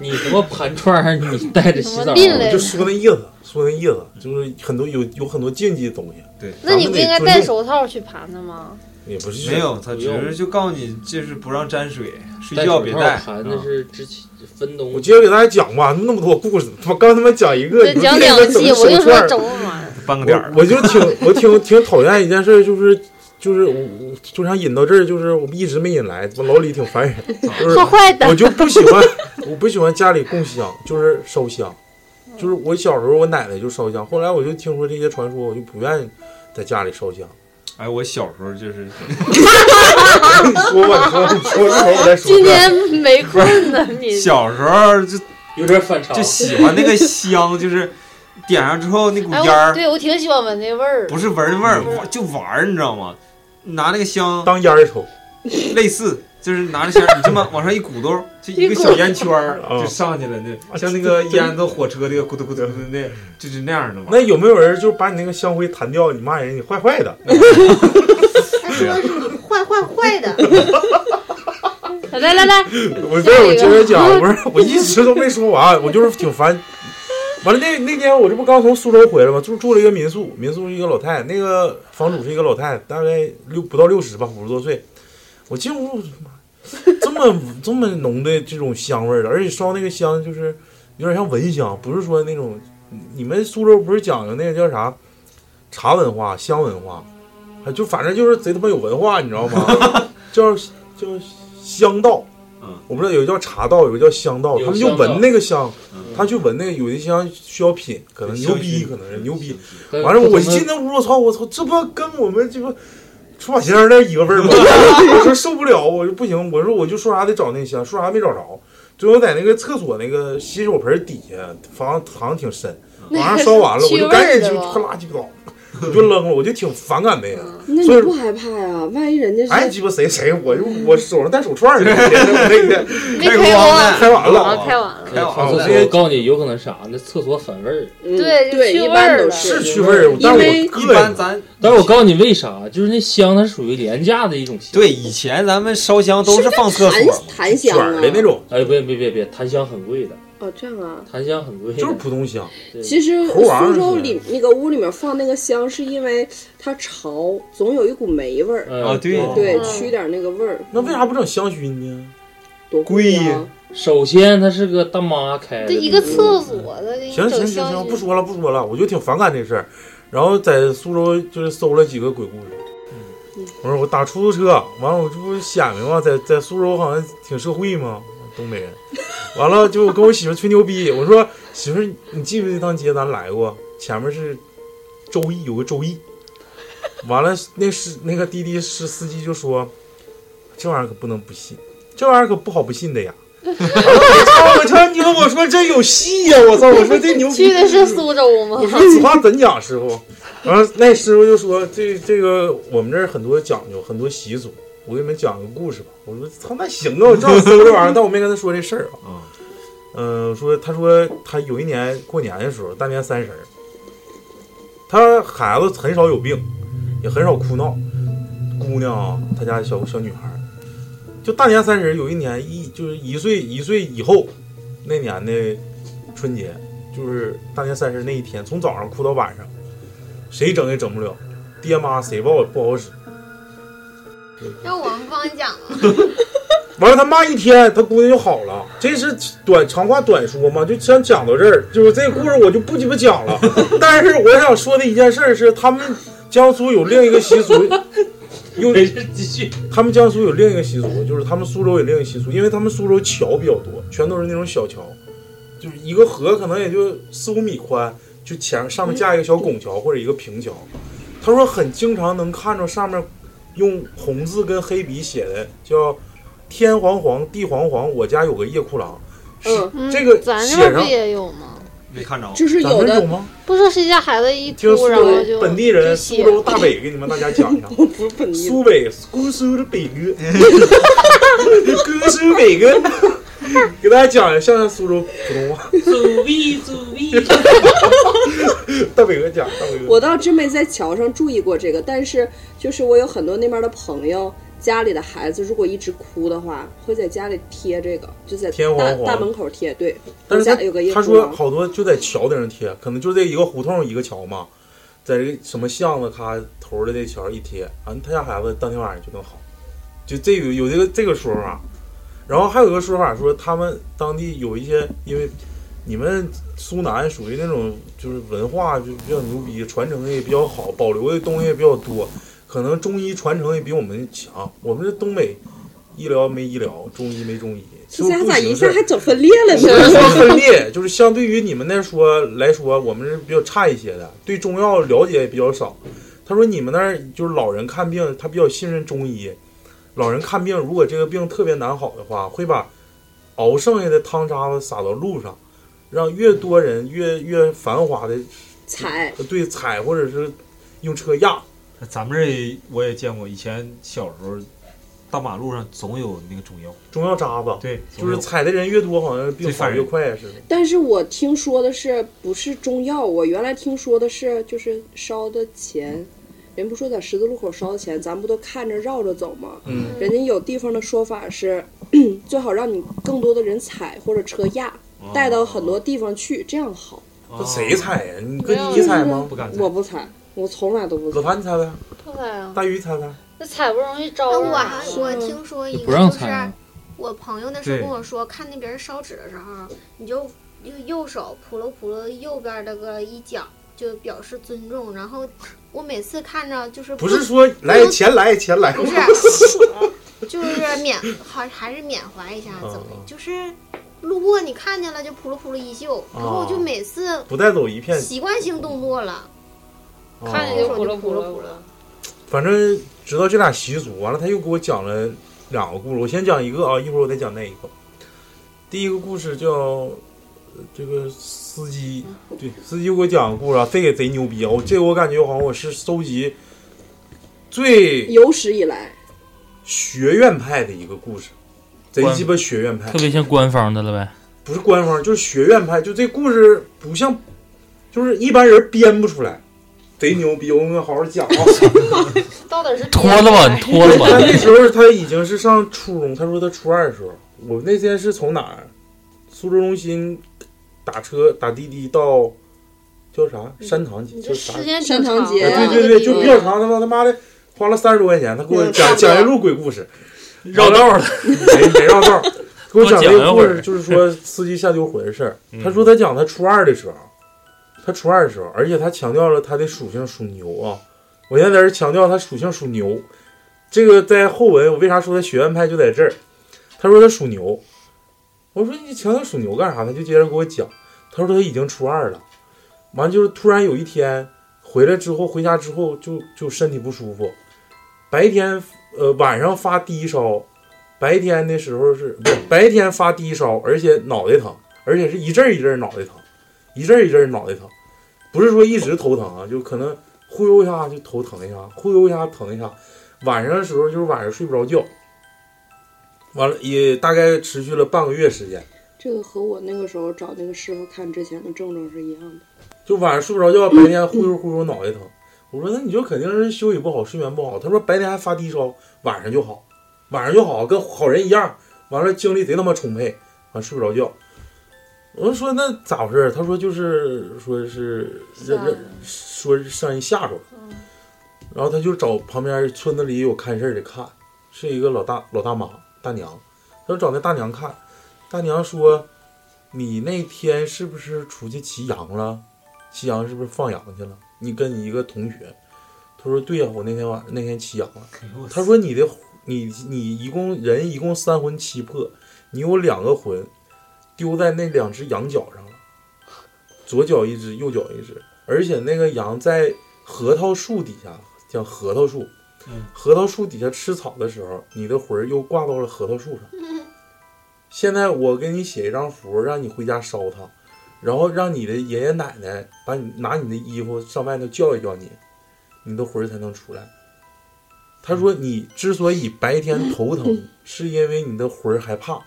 D: 你他妈盘串儿，你带着洗
C: 什
D: 澡
C: 么
D: 儿，
C: 病
B: 我
C: 嘞
B: 就说那意思，说那意思，就是很多有有很多禁忌的东西，
G: 对，
C: 那你不应该戴手套去盘的吗？
B: 也不是
G: 没有，他
D: 不
G: 只
D: 用
G: 是就告诉你，就是不让沾水，睡
D: 戴
G: 觉
D: 手
G: 别
D: 套
G: 戴。
D: 盘
G: 啊
D: 的是之前分东
B: 我
D: 西，
B: 接着给大家讲吧，那么多故事，我刚他妈讲一个，
C: 这
B: 你们
C: 讲
B: 这
C: 两
B: 个整
C: 季，
B: 个
C: 我跟你
B: 手
C: 说
B: 串儿
C: 整不完。
G: 啊半个点
B: 我
G: 儿，
B: (laughs) 我就挺我挺挺讨厌一件事，就是就是我我就想引到这儿，就是我一直没引来，老李挺烦人，就是
C: 快快的
B: 我，就不喜欢，我不喜欢家里供香，就是烧香，
C: 嗯
B: 就是我小时候我奶奶就烧香，后来我就听说这些传说，我就不愿意在家里烧香。
G: 哎，我小时候就是
B: 你说吧，你说吧，你说一会儿我再说
C: 今。天没困呢，你
G: 小时候就
D: 有点反
H: 哦
D: 常
G: 就。喜欢那个香，就是点上之后那股
C: 哎，
G: 烟
C: 我
G: 儿，
C: 对我挺喜欢闻那味儿。
G: 不是闻味儿，就玩儿，你知道吗？拿那个香
B: 当烟儿抽，
G: 类似，就是拿着香，你这么往上一鼓兜，就一个小烟圈儿
B: 啊
G: 就上去了，那像那个烟子火车那个咕嘟咕嘟咕嘟那，就是那样的嘛。
B: 那有没有人就把你那个香灰弹掉？你骂人，你坏坏的。
E: 他说
B: 啊
E: 的是你坏坏坏的，
C: 来来来，
B: (laughs) 我这我接着讲，不是我一直都没说完，我就是挺烦。完了那那天我这不刚从苏州回来吗？住住了一个民宿，民宿是一个老太太，那个房主是一个老太太，大概六不到六十吧，五十多岁。我进屋，我的妈呀这么这么浓的这种香味儿的，而且烧那个香就是有点像蚊香，不是说那种你们苏州不是讲究那个叫啥茶文化、香文化，还就反正就是贼他妈有文化，你知道吗？叫叫香道，
G: 嗯，
B: 我不知道有一个叫茶道，有一个叫香道，
D: 有
B: 他们就
D: 香道
B: 闻那个香，
G: 嗯
B: 他去闻那个，有的香需要品，可能牛
G: 香
B: 逼，
G: 薰
B: 可能是牛逼。
H: 呃
D: 跟
B: 完了，
D: 不同
B: 我
D: 的
B: 进那屋，我操，我操，这不跟我们这不出马仙儿那一个味儿吗？我说受不了，我说不行，我说我就说啥得找那香，说啥没找着。最后在那个厕所那个洗手盆底下，房藏挺深，晚上烧完了，我
C: 那
B: 就
C: 个
B: 赶
C: 是去
B: 紧
C: 味儿的
B: 就
C: 吧
B: 快拉鸡巴倒，我就扔了，我就挺反感那个。
C: 嗯
F: 那你不害怕呀？万一人家
B: 哎，
F: 是
B: 鸡巴谁谁，我就
C: 嗯
B: 我手上戴手串儿呢，我那
C: (laughs)
B: 天
C: 没
G: 开
C: 开
G: 光
C: 完，
B: 开完了。
C: 啊，开完
G: 哦
C: 了。
D: 哎上厕
B: 我直
D: 所
B: 接
D: 我告诉你，有可能啥？那厕所反味儿。
F: 嗯
C: 对
F: 对，
C: 去
F: 一
C: 味
F: 般
C: 儿
F: 都
C: 了
B: 是
F: 是
B: 去味儿，但是
F: 因为
B: 我
G: 一
B: 个
G: 般
B: 人
G: 咱
D: 但是我告诉你为啥，就是那香它是属于廉价的一种香。，
G: 对以前咱们烧香都是放厕所
F: 檀
G: 嘛，
F: 檀
B: 卷
F: 香啊
B: 儿的那种，
D: 哎，别别别别，檀香很贵的，
F: 哦，这样啊。
D: 檀香很贵的。
B: 就是普通香。
D: 对
F: 其实
B: 猴王
F: 苏州
B: 是
F: 里那个屋里面放那个香，是因为它潮，总有一股霉味儿，
D: 嗯
G: 啊对
F: 对，
C: 嗯
F: 驱点那个味儿。
B: 哦
F: 嗯
B: 那为啥不整香薰呢？
F: 多啊
G: 贵
F: 呀、
G: 呀
D: 首先它是个大妈开的，
C: 这一个厕所的，给你
B: 行行
C: 整
B: 行
C: 香
B: 行，
C: 薰
B: 不说了不说了，我就挺反感这事儿。然后在苏州就是搜了几个鬼故事。我说我打出租车，完了我这不显摆吗？在在苏州好像挺社会嘛，东北人。完了就跟我媳妇吹牛逼，我说媳妇儿，你记不记得当街咱来过？前面是周易，有个周易。完了，那是那个滴滴是司机就说，这玩意儿可不能不信，这玩意儿可不好不信的呀。 (laughs) 完了我操！我操！你说我说这有戏呀、我操！我说这牛逼。
C: 去的是苏州吗
B: 我？说此话怎讲，师傅？然后那师傅就说：“这这个我们这儿很多讲究，很多习俗。我给你们讲个故事吧。”我说：“操，那行啊，我正好搜这玩意儿，但我没跟他说这事儿啊。”嗯，我说他说他有一年过年的时候，大年三十儿，他孩子很少有病，也很少哭闹。姑娘啊，他家小小女孩儿，就大年三十儿有一年一就是一岁一岁以后那年的春节，就是大年三十那一天，从早上哭到晚上，谁整也整不了，爹妈谁抱也不好使。
E: 让我们帮你讲吧。
B: (laughs) 完了，他骂一天，他姑娘就好了。这是短长话短说嘛，就先讲到这儿。就是这个故事我就不鸡巴讲了。但是我想说的一件事儿是，他们江苏有另一个习俗，用
D: 没事，继续。
C: 嗯
B: 他们江苏有另一个习俗，就是他们苏州有另一个习俗，因为他们苏州桥比较多，全都是那种小桥，就是一个河可能也就四五米宽，就前上面架一个小拱桥或者一个平桥。他说很经常能看着上面用红字跟黑笔写的叫“天黄黄，地黄黄，我家有个夜哭郎”，是、
C: 嗯
B: 这个
C: 咱这
B: 写
C: 边不
B: 上。
C: 也有吗？
G: 没看着，
F: 就是
B: 咱
F: 有
B: 们有
F: 的
B: 吗？
C: 不说谁家孩子一
B: 听
C: 哭，
B: 苏
C: 然后
B: 州
C: 就
B: 本地人，苏州大北给你们大家讲一下。
F: 我不是本地的，
B: 苏北，姑苏的北哥， (laughs) 姑苏北哥，给大家讲一下像苏州普通
D: (laughs)
B: 话。
D: 祖比祖比，
B: (laughs) 大北哥讲，大北哥，
F: 我倒真没在桥上注意过这个，但是就是我有很多那边的朋友，家里的孩子如果一直哭的话，会在家里贴这个，就在
B: 天
F: 大
B: 黄黄
F: 大门口贴。对，
B: 但
F: 我
B: 是
F: 家有个夜
B: 他他
F: 哭
B: 说
F: 郎，
B: 好多就在桥顶上贴，可能就这一个胡同一个桥嘛，在这个什么巷子咔头儿的这桥一贴，完他家孩子当天晚上就能好，就这有有这个这个说法，然后还有一个说法说他们当地有一些因为。你们苏南属于那种就是文化就比较牛逼，传承的也比较好，保留的东西也比较多，可能中医传承也比我们强。我们这东北医疗没医疗，中医没中医，
F: 这
B: 就
F: 家
B: 不
F: 咋一
B: 行事
F: 下
B: 儿
F: 还整分裂了
B: 不是
F: 呢？ (laughs)
B: 说分裂，就是相对于你们那说来说，我们是比较差一些的，对中药了解也比较少。他说你们那儿就是老人看病，他比较信任中医。老人看病，如果这个病特别难好的话，会把熬剩下的汤渣子撒到路上，让越多人越越繁华的
F: 踩
B: 对踩或者是用车压。
G: 咱们这也我也见过，以前小时候大马路上总有那个中药，
B: 中药渣子，
G: 对，
B: 就是
G: 总
B: 踩的人越多，好像病
G: 最
B: 好
G: 烦
B: 越
G: 人
B: 快似的。
F: 但是我听说的是不是中药？我原来听说的是就是烧的钱，人不说在十字路口烧的钱，咱不都看着绕着走吗？
B: 嗯，
F: 人家有地方的说法是， (clears throat) 最好让你更多的人踩或者车压，
G: 有
F: 带到很多地方去，这样好。
G: 啊
B: 那谁？踩呀？你哥
C: 没有
B: 你踩吗
G: 哦？不敢踩
F: 我不踩，我从来都不
B: 老
F: 踩。
B: 谭你踩呗，
C: 不踩啊，
B: 大鱼踩踩。
C: 那踩不容易
E: 那
C: 招啊
E: 我
C: 人。
E: 还我听说一
D: 不
E: 个
D: 让
E: 就是
D: 踩啊，
E: 我朋友那时候
G: 对
E: 跟我说，看那别人烧纸的时候，啊你就用右手扑噜扑噜右边这个一角，就表示尊重。然后我每次看着就是
B: 不是说来钱来钱来，
E: 不是，就是缅还还是缅怀一下
B: 嗯
E: 怎么的
B: 嗯，
E: 就是路过你看见了就扑噜扑噜一袖，然后我
B: 哦
E: 就每次
B: 不带走一片。
E: 习惯性动作了，
C: 看见就
B: 哦
C: 咕噜咕噜咕噜。
B: 反正知道这俩习俗，完了他又给我讲了两个故事，我先讲一个啊，一会儿我再讲那一个。第一个故事叫呃这个司机，对，司机给我讲个故事啊，这个贼牛逼啊！我这个我感觉好像我是收集最
F: 有史以来，
B: 学院派的一个故事，贼鸡巴学院派
H: 特，别像官方的
C: (laughs)
H: 了呗。
B: 不是官方，就是学院派，就这故事不像，就是一般人编不出来，贼牛逼！我跟你们好好讲啊。
C: 到底是
H: 脱了吧，你脱了
C: (laughs)
B: 但那
H: 吧。
B: 时候他已经是上初中，他说他初二的时候，我那天是从哪儿，苏州中心打车打滴滴到叫啥山塘街，
C: 你
B: 叫
C: 这
B: 啥？
C: 时
B: 哎
C: 间
F: 山
C: 挺
F: 塘
C: 长的，
F: 街
B: 对
F: 啊
B: 对对，就比较长，他妈他妈的花了三十多块钱，他给我
F: 嗯
B: 讲
F: 差不多
B: 讲一路鬼故事，
H: 绕道了，
B: (laughs) 没没绕道，给我讲这个故
H: 多讲一会
B: 事，
H: 儿嗯
B: 就是说司机下丢魂的事儿。他说他讲他初二的时候，他初二的时候，而且他强调了他的属性属牛啊。我现在在这儿强调他属性属牛，这个在后文我为啥说他学院派就在这儿？他说他属牛，我说你强强属牛干啥？他就接着给我讲，他说他已经初二了，完就是突然有一天回来之后，回家之后就就身体不舒服，白天呃晚上发低烧，白天的时候是不是白天发低烧，而且脑袋疼，而且是一阵儿一阵儿脑袋疼，一阵儿一阵儿脑袋疼，不是说一直头疼啊，就可能忽悠一下就头疼一下，忽悠一下疼一下，晚上的时候就是晚上睡不着觉。完了，也大概持续了半个月时间，
F: 这个和我那个时候找那个师傅看之前的症状是一样的。
B: 就晚上睡不着觉，白天忽悠忽悠脑袋疼。我说那你就肯定是休息不好，睡眠不好。他说白天还发低烧，晚上就好，晚上就好，跟好人一样。完了精力贼他妈充沛，完睡不着觉。我说那咋回事？他说就是说是让让说是上人吓着了，然后他就找旁边村子里有看事儿的看，是一个老大老大妈大娘，他就找那大娘看，大娘说你那天是不是出去骑羊了？西阳是不是放羊去了？你跟你一个同学，他说对呀、我那天晚那天啊骑羊了。他说你的你你一共人一共三魂七魄，你有两个魂丢在那两只羊角上了，左脚一只，右脚一只，而且那个羊在核桃树底下，叫核桃树，核桃树底下吃草的时候，你的魂儿又挂到了核桃树上。 (laughs) 现在我给你写一张符，让你回家烧它。然后让你的爷爷奶奶把你拿你的衣服上外头叫一叫你，你的魂儿才能出来。他说你之所以白天头疼，是因为你的魂儿害怕，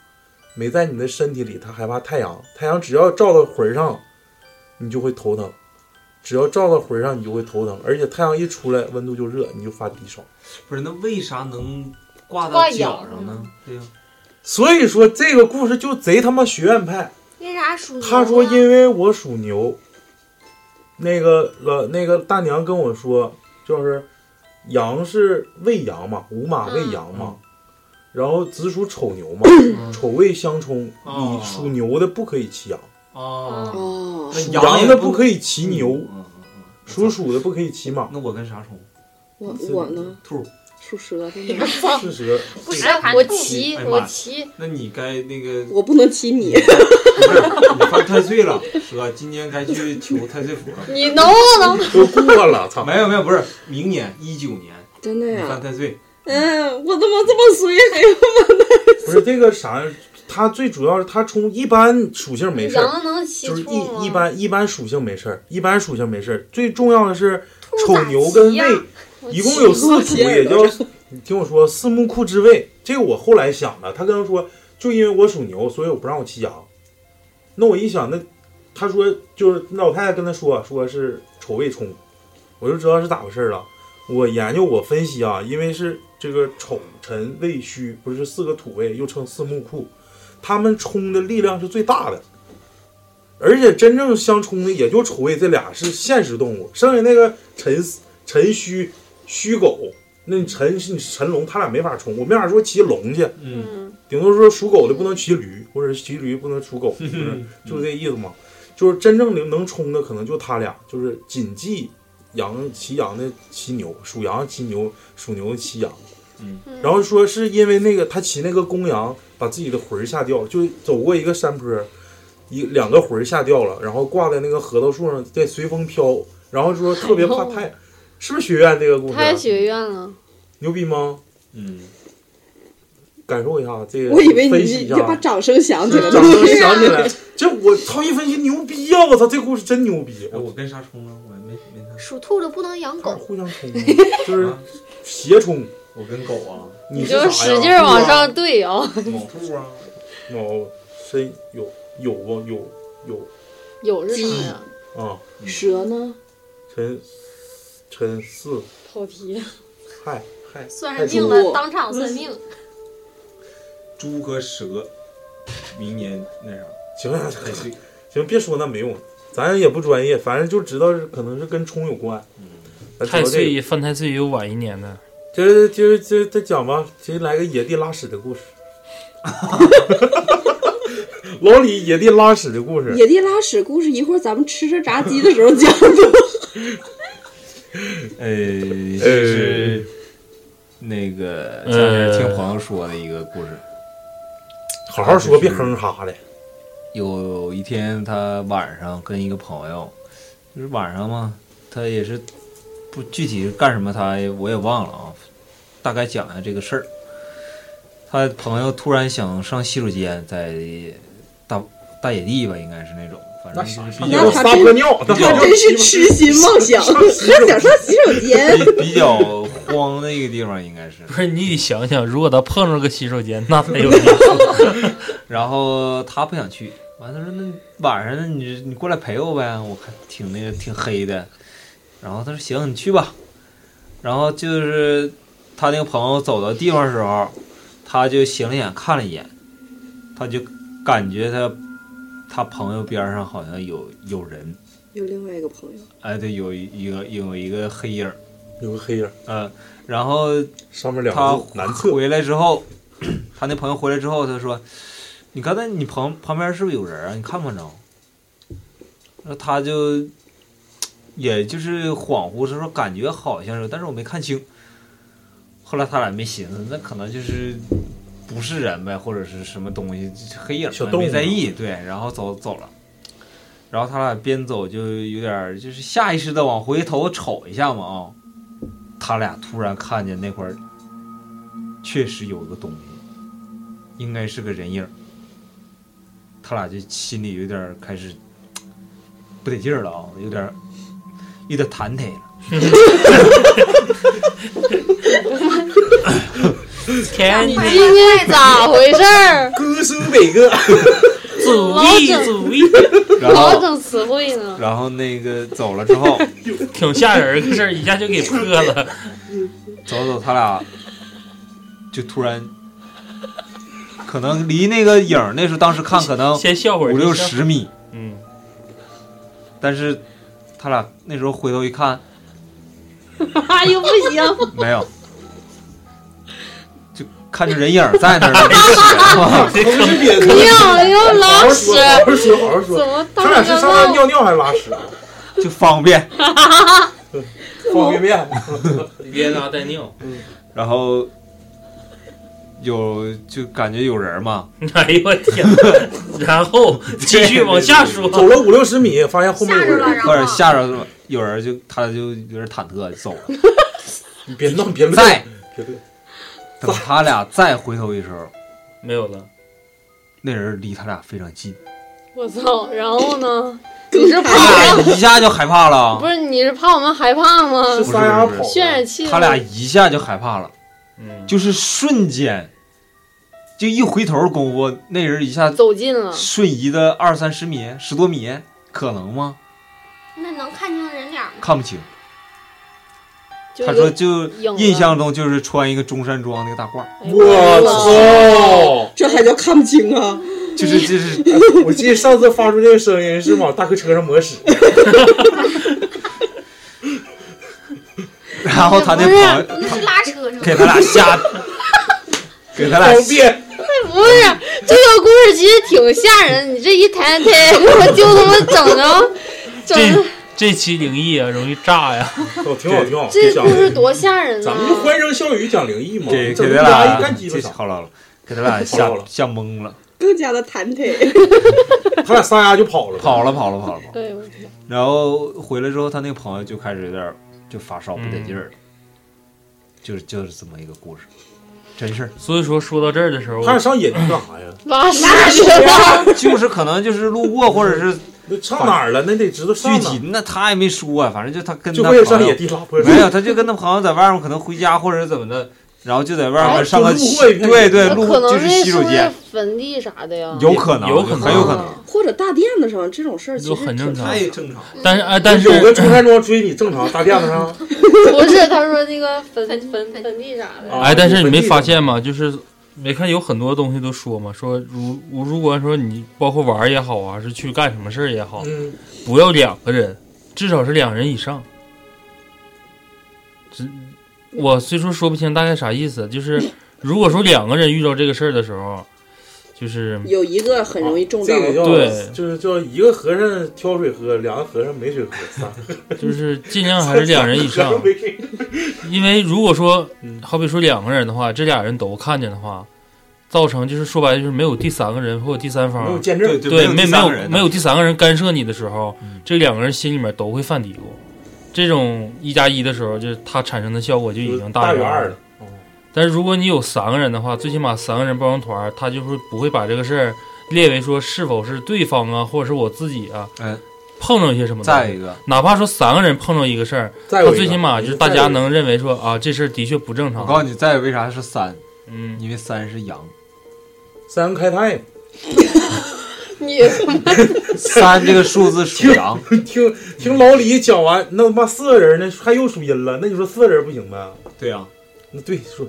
B: 没在你的身体里，它害怕太阳，太阳只要照到魂儿上，你就会头疼。只要照到魂儿上，你就会头疼，而且太阳一出来，温度就热，你就发低烧。
G: 不是，那为啥能挂
C: 挂
G: 到
C: 羊
G: 脚上呢？对呀、
B: 所以说这个故事就贼他妈学院派。
E: 为啥属牛啊？
B: 他说因为我属牛，那个老那个大娘跟我说，就是羊是未羊嘛，午马未羊嘛，然后子属丑牛嘛，丑未相冲，
G: 哦
B: 你属牛的不可以骑羊，
E: 嗯
G: 哦，
F: 哦
G: 那
B: 属羊的不可
G: 以
B: 以骑牛，
G: 嗯
B: 属鼠的不可以骑马，
G: 那我跟啥冲？
F: 我我呢，
G: 兔儿。
F: 属蛇的呢，嗯
B: 事实
E: 不是
C: 哎我骑
G: 哎呀妈
C: 我
G: 呀
C: 骑，
G: 那你该那个
F: 我不能提你，
G: 不是你犯太岁了，哥，今年该去求太岁符了。
C: 你能不能？
B: 都过了，操！
G: 没有没有，不是明年一九年
F: 真的
G: 你
H: 啊
G: 犯
F: 呀。
G: 太岁，
F: 嗯，我怎么这么衰？还有
B: 不是这个啥，它最主要是它冲一般属性没事儿。
E: 羊能骑
B: 就是
E: 兔吗？
B: 一一般一般属性没事儿，一般属性没事儿。最重要的是丑牛
E: 咋
B: 跟
E: 骑
B: 未
E: 呀，
B: 一共有四土，
F: 骑过
B: 也叫你听我说四木库之位。这个我后来想了，他跟他说，就因为我属牛，所以我不让我骑羊。那我一想，那他说就是那老太太跟他说，说是丑未冲，我就知道是咋回事儿了。我研究我分析啊，因为是这个丑辰未戌，不是四个土位，又称四木库，他们冲的力量是最大的。而且真正相冲的也就丑未这俩是现实动物，剩下那个辰辰戌、戌狗，那辰是辰龙，他俩没法冲，我没法说骑龙去，
G: 嗯，
B: 顶多说属狗的不能骑驴，或者是骑驴不能属狗，
G: 嗯
B: 就是就是这意思嘛。就是真正的能冲的，可能就他俩，就是谨记羊骑羊的骑牛，属羊骑牛，属牛的骑羊。
G: 嗯，
B: 然后说是因为那个他骑那个公羊，把自己的魂儿吓掉，就走过一个山坡，一两个魂儿吓掉了，然后挂在那个核桃树上，在随风飘，然后说特别怕太阳，是不是学院这个故事？
C: 哎
B: 啊
C: 太学院了，
B: 牛逼吗？
G: 嗯，
B: 感受一下这个，
F: 我以为
B: 分
F: 你
B: 析一
F: 你
B: 下 (laughs)
F: 就把掌声响起来
B: 掌声
F: 了。
B: 响起来，这我操一分析牛逼呀、我操，这故事真牛逼！
G: 哎
B: 我
G: 我跟啥冲啊？我还没没他，
E: 属兔的不能养
B: 俩
E: 狗，
B: 互相冲啊， (laughs) 就是
G: 啊
B: 斜冲。
G: 我跟狗 (laughs) 啊，
B: 你是
C: 就
B: 啥呀
C: 使劲儿往上对啊，
G: 猛兔啊，
B: 哦，真有有啊有有
C: 有是啥呀？
B: 啊，
C: (laughs)
F: 蛇呢？
B: 陈陈四
C: 跑题，
B: 嗨嗨，
E: 算
B: 太
E: 上命
B: 猪
E: 了，当场算命。
G: 猪和蛇，明年那啥
B: 行行行
G: 太
B: 啊
G: 岁，
B: (laughs) 行，别说那没用，咱也不专业，反正就知道是可能是跟冲有关。咱
H: 太
B: 说这个，
H: 岁犯太岁有晚一年的，
B: 这这这这讲吧，先来个野地拉屎的故事。 (laughs) 老李野地拉屎的故事，
F: 野地拉屎故事，一会儿咱们吃着炸鸡的时候讲吧。
G: 呃，就是那个前两天听朋友说的一个故事，
B: 好好说，
G: 啊就
B: 别
G: 是
B: 哼哈的。
G: 有一天他晚上跟一个朋友，就是晚上嘛，他也是不具体是干什么他，我也忘了啊，大概讲一下这个事儿。他朋友突然想上洗手间，在大大野地吧，应该是那种，反正就是比
F: 那
G: 较
F: 他
B: 撒
F: 真
B: 泼尿，他
F: 他真是痴心妄想，他想上洗手间。
G: 比比较荒的一个地方，应该是。
H: 不是你得想想，如果他碰上个洗手间，那才有意思。
G: 然后他不想去，完他说那晚上那你你过来陪我呗，我看挺那个挺黑的。然后他说行，你去吧。然后就是他那个朋友走到地方的时候，他就斜了眼看了一眼，他就感觉他他朋友边上好像有有人，
F: 有另外一个朋友，
G: 哎对，有一个有一个黑影儿，
B: 有个黑影，
G: 呃，然后
B: 上面两
G: 他
B: 个字男厕，
G: 回来之后，他那朋友回来之后，他说：“你刚才你旁旁边是不是有人啊？你看不着。”然后他就也就是恍惚，他说感觉好像是，但是我没看清。后来他俩没寻思，那可能就是不是人呗，或者是什么东西，就是黑影呗
B: 小动物
G: 没在意，对，然后走走了。然后他俩边走就有点儿就是下意识的往回头瞅一下嘛啊、他俩突然看见那块儿确实有个东西，应该是个人影儿。他俩就心里有点儿开始不得劲儿了啊，有点儿有点儿忐忑了。
H: 天
C: 今天咋回事儿？
G: 哥生
B: (laughs)
G: 北哥，
H: 主意主意，
G: (laughs)
B: 哦
G: 然
C: 老
G: 后
C: 整词汇呢。
G: 然后那个走了之
H: (laughs)
G: 后，
H: 挺吓人儿，这事儿一下就给破了。
G: 走走他俩就突然，可能离那个影儿那时候当时看可能
H: 先笑会儿，
G: 五六
H: 先笑，
G: 十米，
H: 嗯，
G: 但是他俩那时候回头一
H: (laughs)
G: 看
C: 啊， (laughs) 又不行，
G: 没有，就看着人影儿在那儿呢，
H: (laughs)
G: 那是人
B: (laughs)
G: 吗？
C: 尿又
B: 好
C: 拉
B: 好
C: 屎
B: (laughs) 说，，好好说，好好
C: 怎
B: 说。
C: 么
B: 他
C: 大
B: 俩是上那
C: 尿
B: 尿尿还是拉屎？
G: 就方便。
B: 方便面。
D: 连拉带尿，
G: 然后有就感觉有人嘛，
H: 哎呦我天！然后继续往下说，
B: 走了五六十米，发现后面
E: 吓
B: 有
E: 着了，
B: 人，
E: 然
G: 或者
E: 后
G: 吓着了有人就他就有点忐忑走了。
B: 你别闹，别乐，
G: 在
B: 别乐，
G: 等他俩再回头的时候，
H: 没有了。
G: 那人离他俩非常
C: (laughs)
G: 近，
C: 我操！然后呢？
F: 你
C: 是
G: 他俩一下就害怕了
C: 不。是你是怕我们害怕吗
B: 是？撒丫跑的。
C: 渲染气了
G: 他俩一下就害怕了，
H: 嗯，
G: 就是瞬间，就一回头功夫，那人一下
C: 走近了，
G: 瞬移的二三十米、十多米，可能吗？
E: 那能看清人脸吗？
G: 看不清。
C: 就
G: 他
C: 是
G: 说就
C: 影子
G: 印象中就是穿一个中山装那个大
C: (laughs)
G: 褂，
C: 哎呦
B: 我操！
F: 这还叫看不清啊？
G: 就是就是
B: (laughs) 我记得上次发出这个声音是往大客车上抹屎，
G: 然后他那朋友
E: 那是拉车上
G: 给他俩
C: (laughs)
G: 吓，给他俩
B: 方便。
C: 不是这个故事，其实挺吓人。你这一抬抬，我就他妈整着，整
H: 这
C: 着
H: 这期灵异啊，容易炸呀！
B: 哦，挺好，挺好，
C: 这
B: 讲
C: 故。事多吓人啊
B: 咱！
C: 呐
B: 们就欢声笑语讲灵异嘛，
G: 给
B: 整
G: 给
B: 一
G: 他
B: 家一
G: 俩
B: 干鸡巴
G: 这
B: 啥？
G: 好了好了，给他俩吓吓懵了，
F: 更加的忐忑。
B: 他俩撒丫就跑了，
G: 跑了跑了跑了跑了。
C: 哎呦我天，
G: 然后回来之后，他那个朋友就开始有点儿就发烧不得劲儿了，就是就是这么一个故事，真事儿，
H: 所以说说到这儿的时候，
B: 他俩上野地干啥呀？
C: 拉屎了！
G: 就是可能就是路过或者是
B: 那上哪儿了？那得知道上
G: 嗯具
B: 哪
G: 体
B: 儿，
G: 那他也没说啊，反正就他跟
B: 就
G: 他
B: 会上
G: 朋
B: 野
G: 友
B: 地拉泼水
G: 没。有，他就跟他朋友在外面可能回家或者怎么的，然后就在外面上个
B: 哎就路过一片
G: 对对
C: 那
G: 路
C: 可
G: 就
C: 能
G: 是
C: 那
G: 洗
C: 是
G: 手
C: 不是
G: 间，
C: 坟地啥的呀？
G: 嗯有可能
H: 有可能
G: 很有可能。
F: (laughs) 或者大垫子上这种事儿，其
H: 就
F: 实
H: 很正
F: 挺
H: 常太
G: 正常了。
H: 但是哎，但是
B: 有个中山装追你正常，大垫子上
C: 不是，他说那个坟坟坟地啥
B: 啊
C: 的。
H: 哎，但是你没发
B: 现？
H: 现吗？就是没看有很多东西都说嘛，说如如如果说你包括玩儿也好啊，是去干什么事儿也好，
B: 嗯，
H: 不要两个人，至少是两人以上。只我虽说说不清大概啥意思，
G: (laughs)
H: 就是如果说两个人遇到这个事儿的时候，就是
F: 有一啊个很容易中招
B: 这，个叫
H: 对
B: 就是叫一个和尚挑水喝，两个和尚没水喝，三个
H: 就是尽量还是两人
B: (laughs)
H: 以上
G: (laughs)
B: 和尚，没水喝
H: 因为如果说
B: 嗯
H: 好比说两个人的话，这俩人都看见的话，造成就是说白了就是没有第三个人或者第三
B: 没有
H: 方，
B: 见
G: 对
B: 证，
H: 啊对，
G: 没有第
H: 没没
G: 三个
H: 有
G: 人
H: 没有第三个人干涉你的时候
G: 嗯，
H: 这两个人心里面都会犯嘀咕。这种一加一的时候，就是它产生的效果就已经
B: 大
H: 于
B: 于
H: 二
B: 二
H: 了。
B: 了。
H: 但是如果你有三个人的话，最起码三个人包成团儿，他就会不会把这个事儿列为说是否是对方啊，或者是我自己啊，
G: 嗯，
H: 碰上一些什么东西
G: 再一个，
H: 哪怕说三个人碰上一个事儿，
B: 再
H: 他
B: 有一个
H: 最起码就是大家能认为说啊，这事儿的确不正
G: 我告
H: 常。
G: 诉你，再有为啥是三，
H: 嗯，
G: 因为三是阳，
B: 三开泰，
F: 你
G: 三这个数字属阳，
B: (laughs) 听听老李讲完，那他妈四个人呢，还又属阴了。那你说四个人不行呗？
G: (laughs) 对啊呀，
B: 那对，说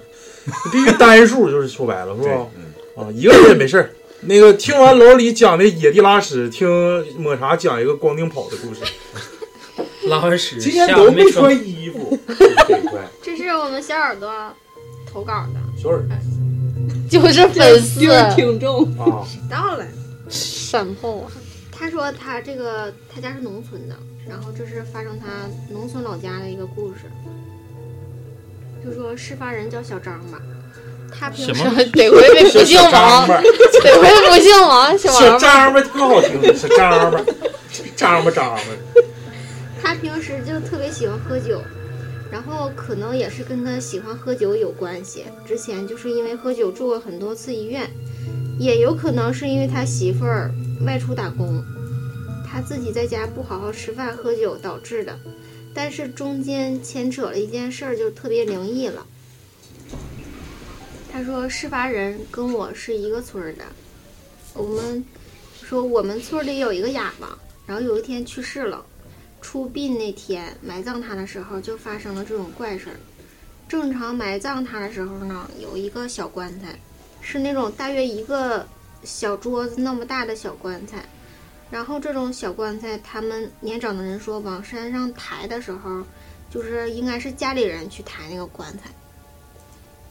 B: 必须单数，就是说白了，是
G: 对嗯
B: 吧？，啊，一个人也没事儿。那个听完老李讲的野地拉屎，听抹茶讲一个光腚跑的故事，
H: 拉完屎，
B: 今天
H: 下
B: 都
H: 午
B: 没
H: 没
B: 穿衣服，这一块
E: 这是我们小耳朵投稿的。
B: 小耳
C: 就是粉丝
F: 又是听众，
B: 朵啊，
E: 到了，
C: 闪后啊，
E: 他说他这个他家是农村的，然后这是发生他农村老家的一个故事。就说事发人叫小张吧，他平
H: 什
E: 时
H: 么
C: 得亏没不姓
B: 小
C: 王
B: 张，八，
C: 得亏不姓王，
B: (laughs)
C: 小
B: 小
C: 王八。
B: 张八特好听，小张八，张八张八，
E: 他平时就特别喜欢喝酒，然后可能也是跟他喜欢喝酒有关系。之前就是因为喝酒住过很多次医院，也有可能是因为他媳妇儿外出打工，他自己在家不好好吃饭喝酒导致的。但是中间牵扯了一件事儿，就特别灵异了。他说事发人跟我是一个村儿的，我们说我们村儿里有一个哑巴，然后有一天去世了。出殡那天埋葬他的时候，就发生了这种怪事儿。正常埋葬他的时候呢，有一个小棺材，是那种大约一个小桌子那么大的小棺材。然后这种小棺材，他们年长的人说，往山上抬的时候，就是应该是家里人去抬那个棺材，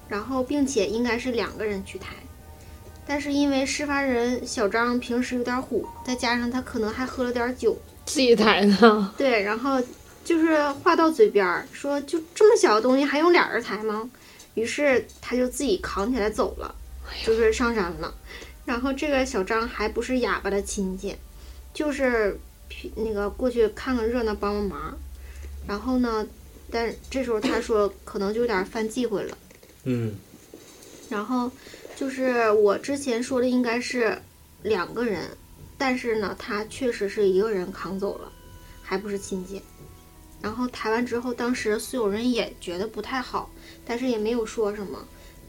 E: 然后并且应该是两个人去抬。但是因为事发人小张平时有点虎，再加上他可能还喝了点酒，
C: 自己抬的，
E: 对，然后就是话到嘴边儿，说就这么小的东西还用俩人抬吗？于是他就自己扛起来走了，就是上山了。然后这个小张还不是哑巴的亲戚，就是去那个过去看看热闹，帮帮忙。然后呢，但这时候他说可能就有点犯忌讳了。
B: 嗯，
E: 然后就是我之前说的应该是两个人，但是呢，他确实是一个人扛走了，还不是亲戚。然后抬完之后，当时所有人也觉得不太好，但是也没有说什么。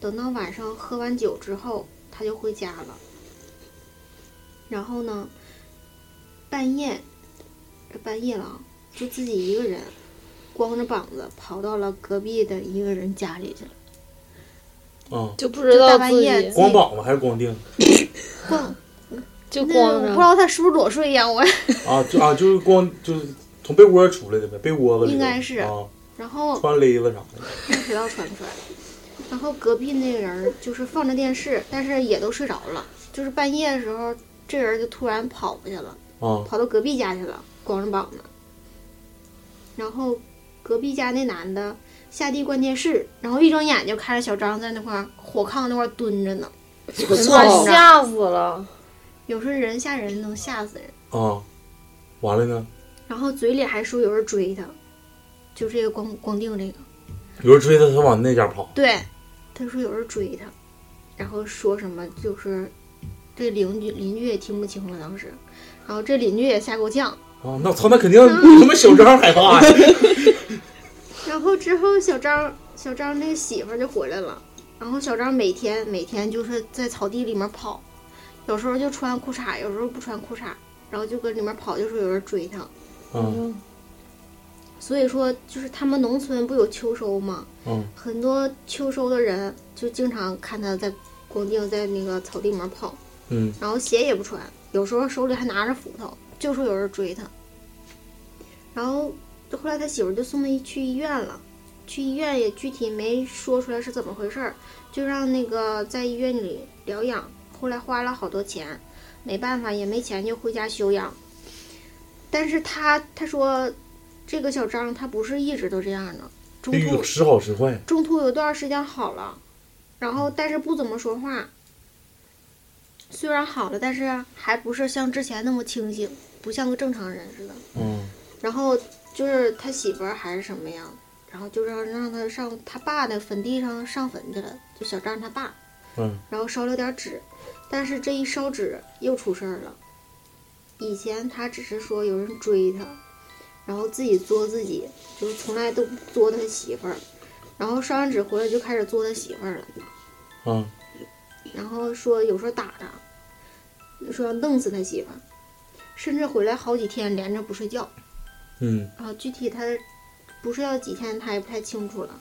E: 等到晚上喝完酒之后，他就回家了。然后呢，半夜，这半夜了啊，就自己一个人，光着膀子跑到了隔壁的一个人家里去了。
B: 啊，
C: 就不知
E: 就大
C: 道
E: 半
C: 自
E: 夜
C: 己
B: 光膀子还是光腚
E: 逛
C: 就
E: 那
C: 光
E: 我
C: 着
E: 不知。道他是不是裸睡呀、我。
B: 啊？就啊，就是光就是从被窝出来的呗，被窝子里头
E: 应该是
B: 啊，
E: 哦
B: (laughs)
E: 然后
B: 穿勒子啥的，
E: 不知道传不传，然后隔壁那个人儿就是放着电视，但是也都睡着了。就是半夜的时候，这人就突然跑过去了，
B: 啊
E: 跑到隔壁家去了，光着膀子。然后隔壁家那男的下地关电视，然后一睁眼就看着小张在那块儿火炕那块儿蹲着呢。
C: 我
F: 我操！
C: 吓死了！
E: 有时候人吓人能吓死人，
B: 啊，完了呢，
E: 然后嘴里还说有人追他，就这个光光腚这个。
B: 有人追他，他往那家跑，
E: 对，他说有人追他，然后说什么就是这邻居邻居也听不清了当时，然后这邻居也吓够呛，
B: 啊，那操，那肯定
E: 嗯
B: 他妈小张害怕呀，
E: (laughs) 然后之后小张小张那个媳妇儿就回来了，然后小张每天每天就是在草地里面跑，有时候就穿裤衩，有时候不穿裤衩，然后就搁里面跑，就说有人追他，
B: 嗯
E: 所以说就是他们农村不有秋收吗？
B: 嗯，
E: 很多秋收的人就经常看他在光腚在那个草地里面跑。
B: 嗯，
E: 然后鞋也不穿，有时候手里还拿着斧头，就说有人追他。然后后来他媳妇儿就送他去医院了，去医院也具体没说出来是怎么回事儿，就让那个在医院里疗养。后来花了好多钱，没办法也没钱就回家休养。但是他他说，这个小张他不是一直都这样的，中
B: 哎
E: 途
B: 呦，时好时坏，
E: 中途有段时间好了，然后但是不怎么说话，虽然好了，但是还不是像之前那么清醒，不像个正常人似的。
B: 啊
G: 嗯，
E: 然后就是他媳妇儿还是什么样，然后就让让他上他爸的坟地上上坟去了，就小张他爸，
B: 嗯，
E: 然后烧了点纸，但是这一烧纸又出事儿了。以前他只是说有人追他，然后自己作自己，就是从来都不作他媳妇儿，然后烧完纸回来就开始作他媳妇儿了，
B: 嗯，
E: 然后说有时候打他，说要弄死他媳妇儿，甚至回来好几天连着不睡觉。
B: 嗯
E: 啊，具体他不是要几天，他也不太清楚了。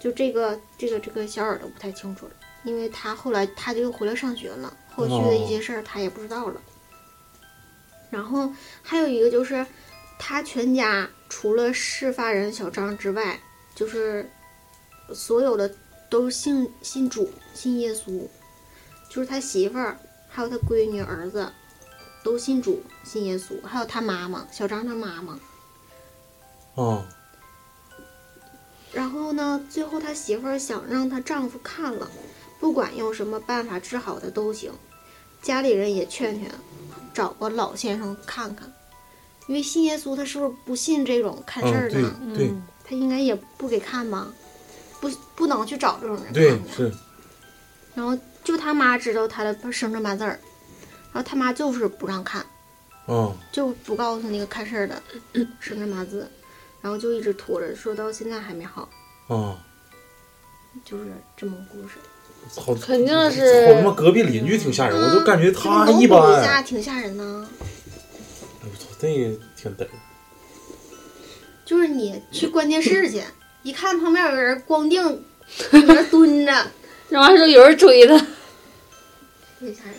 E: 就这个这个这个小耳朵不太清楚了，因为他后来他就回来上学了，后续的一些事儿他也不知道了。然后还有一个就是，他全家除了事发人小张之外，就是所有的都是信信主信耶稣，就是他媳妇儿还有他闺女儿子都信主信耶稣，还有他妈妈小张他妈妈。
B: 哦，
E: 然后呢，最后他媳妇儿想让她丈夫看了，不管用什么办法治好的都行，家里人也劝劝，找个老先生看看，因为信耶稣他是不是不信这种看事
B: 嗯，
E: 儿的？
B: 对对
H: 嗯
E: 他应该也不给看吧，不不能去找这种人
B: 对
E: 看的
B: 是，
E: 然后就他妈知道他的生辰八字儿，然后他妈就是不让看，
B: 哦
E: 就不告诉那个看事儿的生辰八字，然后就一直拖着，说到现在还没好，
B: 哦，
E: 就是这么个故事。
B: 好，
C: 肯定
B: 我他妈
C: 是
B: 隔壁邻居挺吓人，我
E: 嗯
B: 就感觉他
E: 这个
B: 一
E: 蒙古一
B: 般
E: 家，挺吓人呢。
B: 哎我操，那个挺嘚儿，
E: 就是你去关电视去，一看旁边有个人光腚在那蹲着，
C: 然后还说有人追他，
E: 挺吓人。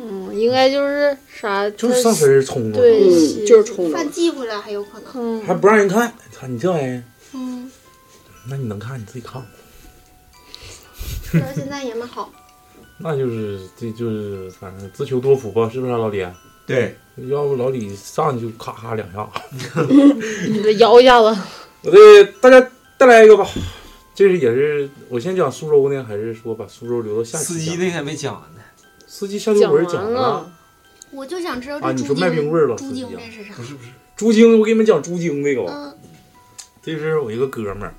C: 嗯，应该就是啥，
B: 就是
C: 他
B: 上身儿冲啊，
C: 对
F: 嗯，就是冲着
E: 饭寄回来还有可能。
C: 嗯
B: 还不让人看，哎操你这玩意儿，
E: 嗯， (laughs)
B: 那你能看你自己看吧，
E: 直到现在也没好。
B: 那就是这就是反正自求多福吧，是不是啊，老李？
G: 对，
B: 要不老李上去就咔咔两下。 (laughs)
C: 摇一下子，
B: 我给大家带来一个吧，这是也是我先讲苏州呢，还是说把苏州留到下期讲？
G: 司机那个还没讲呢，
B: 司机下酒
C: 讲
B: 文
C: 完
B: 讲
C: 了，，
E: 我就想知道
B: 啊
E: 这
B: 你
E: 猪
B: 说卖冰棍儿了
E: 精，
B: 是
E: 猪精
B: 不是
E: 这是啥
G: 不？是不是，
B: 猪精，我给你们讲猪精这个吧，
E: 嗯，
B: 这是我一个哥们儿，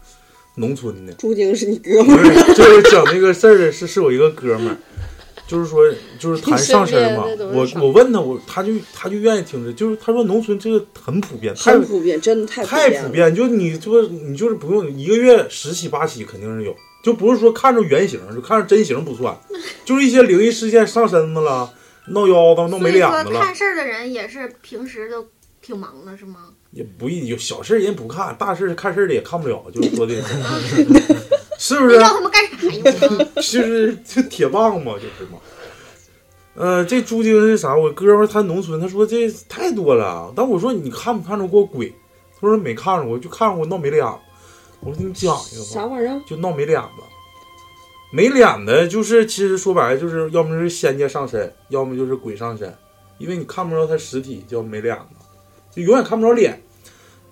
B: 农村的， (laughs)
F: 朱晶是你哥
B: 不
F: 们儿，
B: 是就是讲这个事儿的是是我一个哥们儿。就是说，就是谈上身嘛
C: 你身边的都。是
B: 我
C: 啥
B: 我问他，我他就他就愿意听着，就是他说农村这个很普遍，太
F: 很普遍，真的太
B: 太普
F: 遍了。
B: 遍，就你就是你就是不用一个月十起八起肯定是有，就不是说看着原型，就看着真形不算，就是一些灵异事件上身子了，闹腰子、闹
E: 所
B: 没
E: 以
B: 脸
E: 说
B: 子
E: 看
B: 了，
E: 事儿的人也是平时都挺忙的，是吗？
B: 也不一有小事儿人不看，大事儿看事儿的也看不了，就是说的，是不是？啊
E: 要他们干啥
B: (laughs)
E: 用啊？
B: 就是就铁棒嘛，就是嘛。呃，这猪精是啥？我哥们儿他农村，他说这太多了。但我说你看没看着过鬼？他说没看着过，就看着过闹没脸。我说你讲一个吧。
F: 啥玩意儿？
B: 就闹没脸子。没脸的，就是其实说白了，就是要么是仙界上身，要么就是鬼上身，因为你看不着他实体，叫没脸子，就永远看不着脸，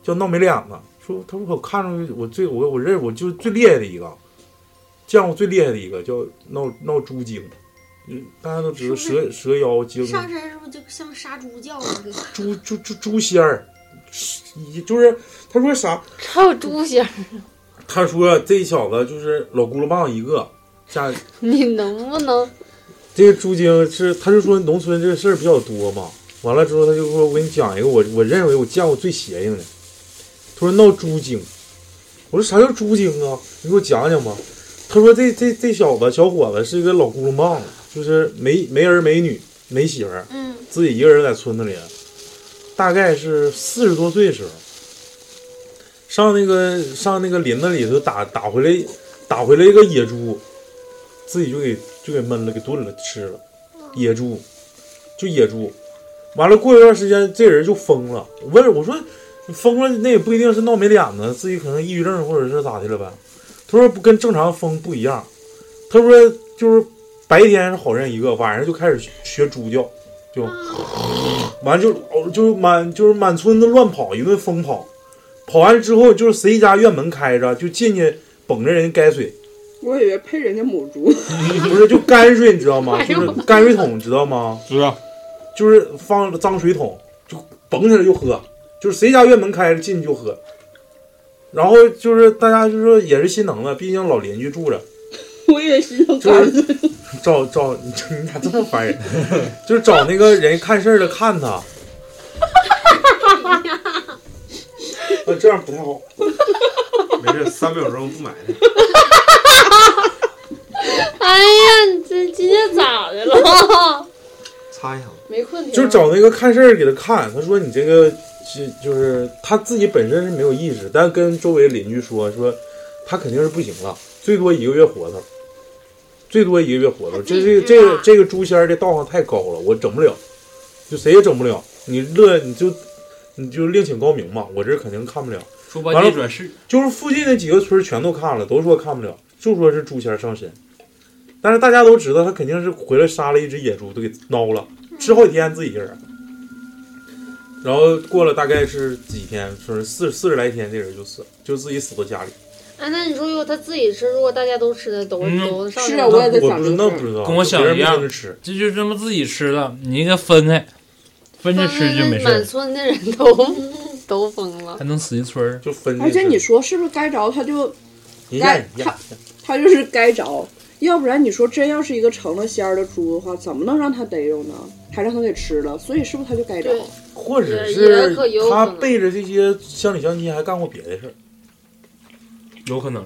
B: 叫闹没脸子。说他说我看着我最我我认识我就是最厉害的一个，见过最厉害的一个叫闹闹猪精，嗯，大家都知道
E: 是
B: 蛇
E: 不
B: 蛇妖精，
E: 上身是不是就像杀猪叫似的？
B: 猪猪猪猪仙儿，是就是他说啥
C: 还有猪仙儿，
B: 他说这小子就是老轱辘棒一个，加
C: 你能不能
B: 这个猪精是，他是说农村这个事儿比较多嘛。完了之后，他就说：“我给你讲一个我我认为我见过最邪性的。”他说闹猪精，我说啥叫猪精啊？你给我讲讲吧。他说这这这小子小伙子是一个老轱辘棒子，就是没没儿没女没媳妇儿，
E: 嗯，
B: 自己一个人在村子里，大概是四十多岁时候，上那个上那个林子里头打打回来打回来一个野猪，自己就给就给焖了，给炖了吃了，野猪，就野猪，完了过一段时间这人就疯了，我问我说你疯了那也不一定是闹没脸子，自己可能抑郁症或者是咋的了呗，他说不跟正常疯不一样，他说就是白天是好人一个，晚上就开始学猪叫。就完就哦，就满就是满村子乱跑，一顿疯
C: (laughs)
B: 跑，跑完之后就是谁家院门开着就进去捧着人泔水，
F: 我以为配人家母猪， (laughs)
B: 不是就泔水，你知道吗？
C: 哎
B: 就
C: 呦
B: 是泔水桶，你知道吗？
G: 知道
B: 就是放脏水桶，就蹦起来就喝，就是谁家院门开着进去就喝。然后就是大家就说也是心疼了，毕竟老邻居住着， (laughs)
F: 我以为是种
B: 就
F: 干
B: 是找找 (laughs) 你你咋这么烦人？ (laughs) 就是找那个人看事儿的看他。 (laughs) 啊，这样不太好。
G: 没事，三秒钟不买的。
C: 哎呀，你这今天咋的了？ (laughs)
G: 擦一下，
F: 没困
B: 就是找那个看事儿给他看，他说你这个就就是他自己本身是没有意识，但跟周围邻居说说他肯定是不行了，最多一个月活头，最多一个月活头。
E: 他
B: 这
E: 自己
B: 这个这
E: 知道
B: 个这个猪仙儿这道行太高了，我整不了，就谁也整不了。你乐你就你就另请高明吧，我这肯定看不了。
H: 猪八
B: 完了
H: 戒转世，
B: 就是附近的几个村儿全都看了，都说看不了，就说是猪仙儿上身。但是大家都知道，他肯定是回来杀了一只野猪，都给挠了，吃好几天自己一个人。然后过了大概是几天，说是四四十来天，这人就死了，就自己死到家里。
C: 哎，那你说如果他自己吃，如果大家都吃的都
H: 嗯
C: 都上
F: 是
C: 来
F: 啊
C: 了
F: 我也在
B: 我
F: 想
B: 不
F: 这
B: 知
F: 个
B: 道
F: 事儿
B: 不知道，
H: 跟我想
B: 别人
H: 一样
B: 不跟着吃，
H: 这就这么自己吃了，你给它分开，分着吃就没事
C: 满
H: 儿，
C: 村的人都 (laughs) 都疯了。
H: 还能死一村儿。
B: 就分着
F: 而
B: 吃。
F: 且你说是不是该着他就
B: 你
F: 该
B: 验一验，
F: 他就是该着，要不然你说真要是一个成了仙儿的猪的话，怎么能让他逮着呢？还让他给吃了，所以是不是他就该着
C: 对？
B: 或者
C: 也也
F: 呃
B: 是
C: 可有
B: 他
C: 可能
B: 背着这些乡里乡亲还干过别的事儿。
H: 有可能，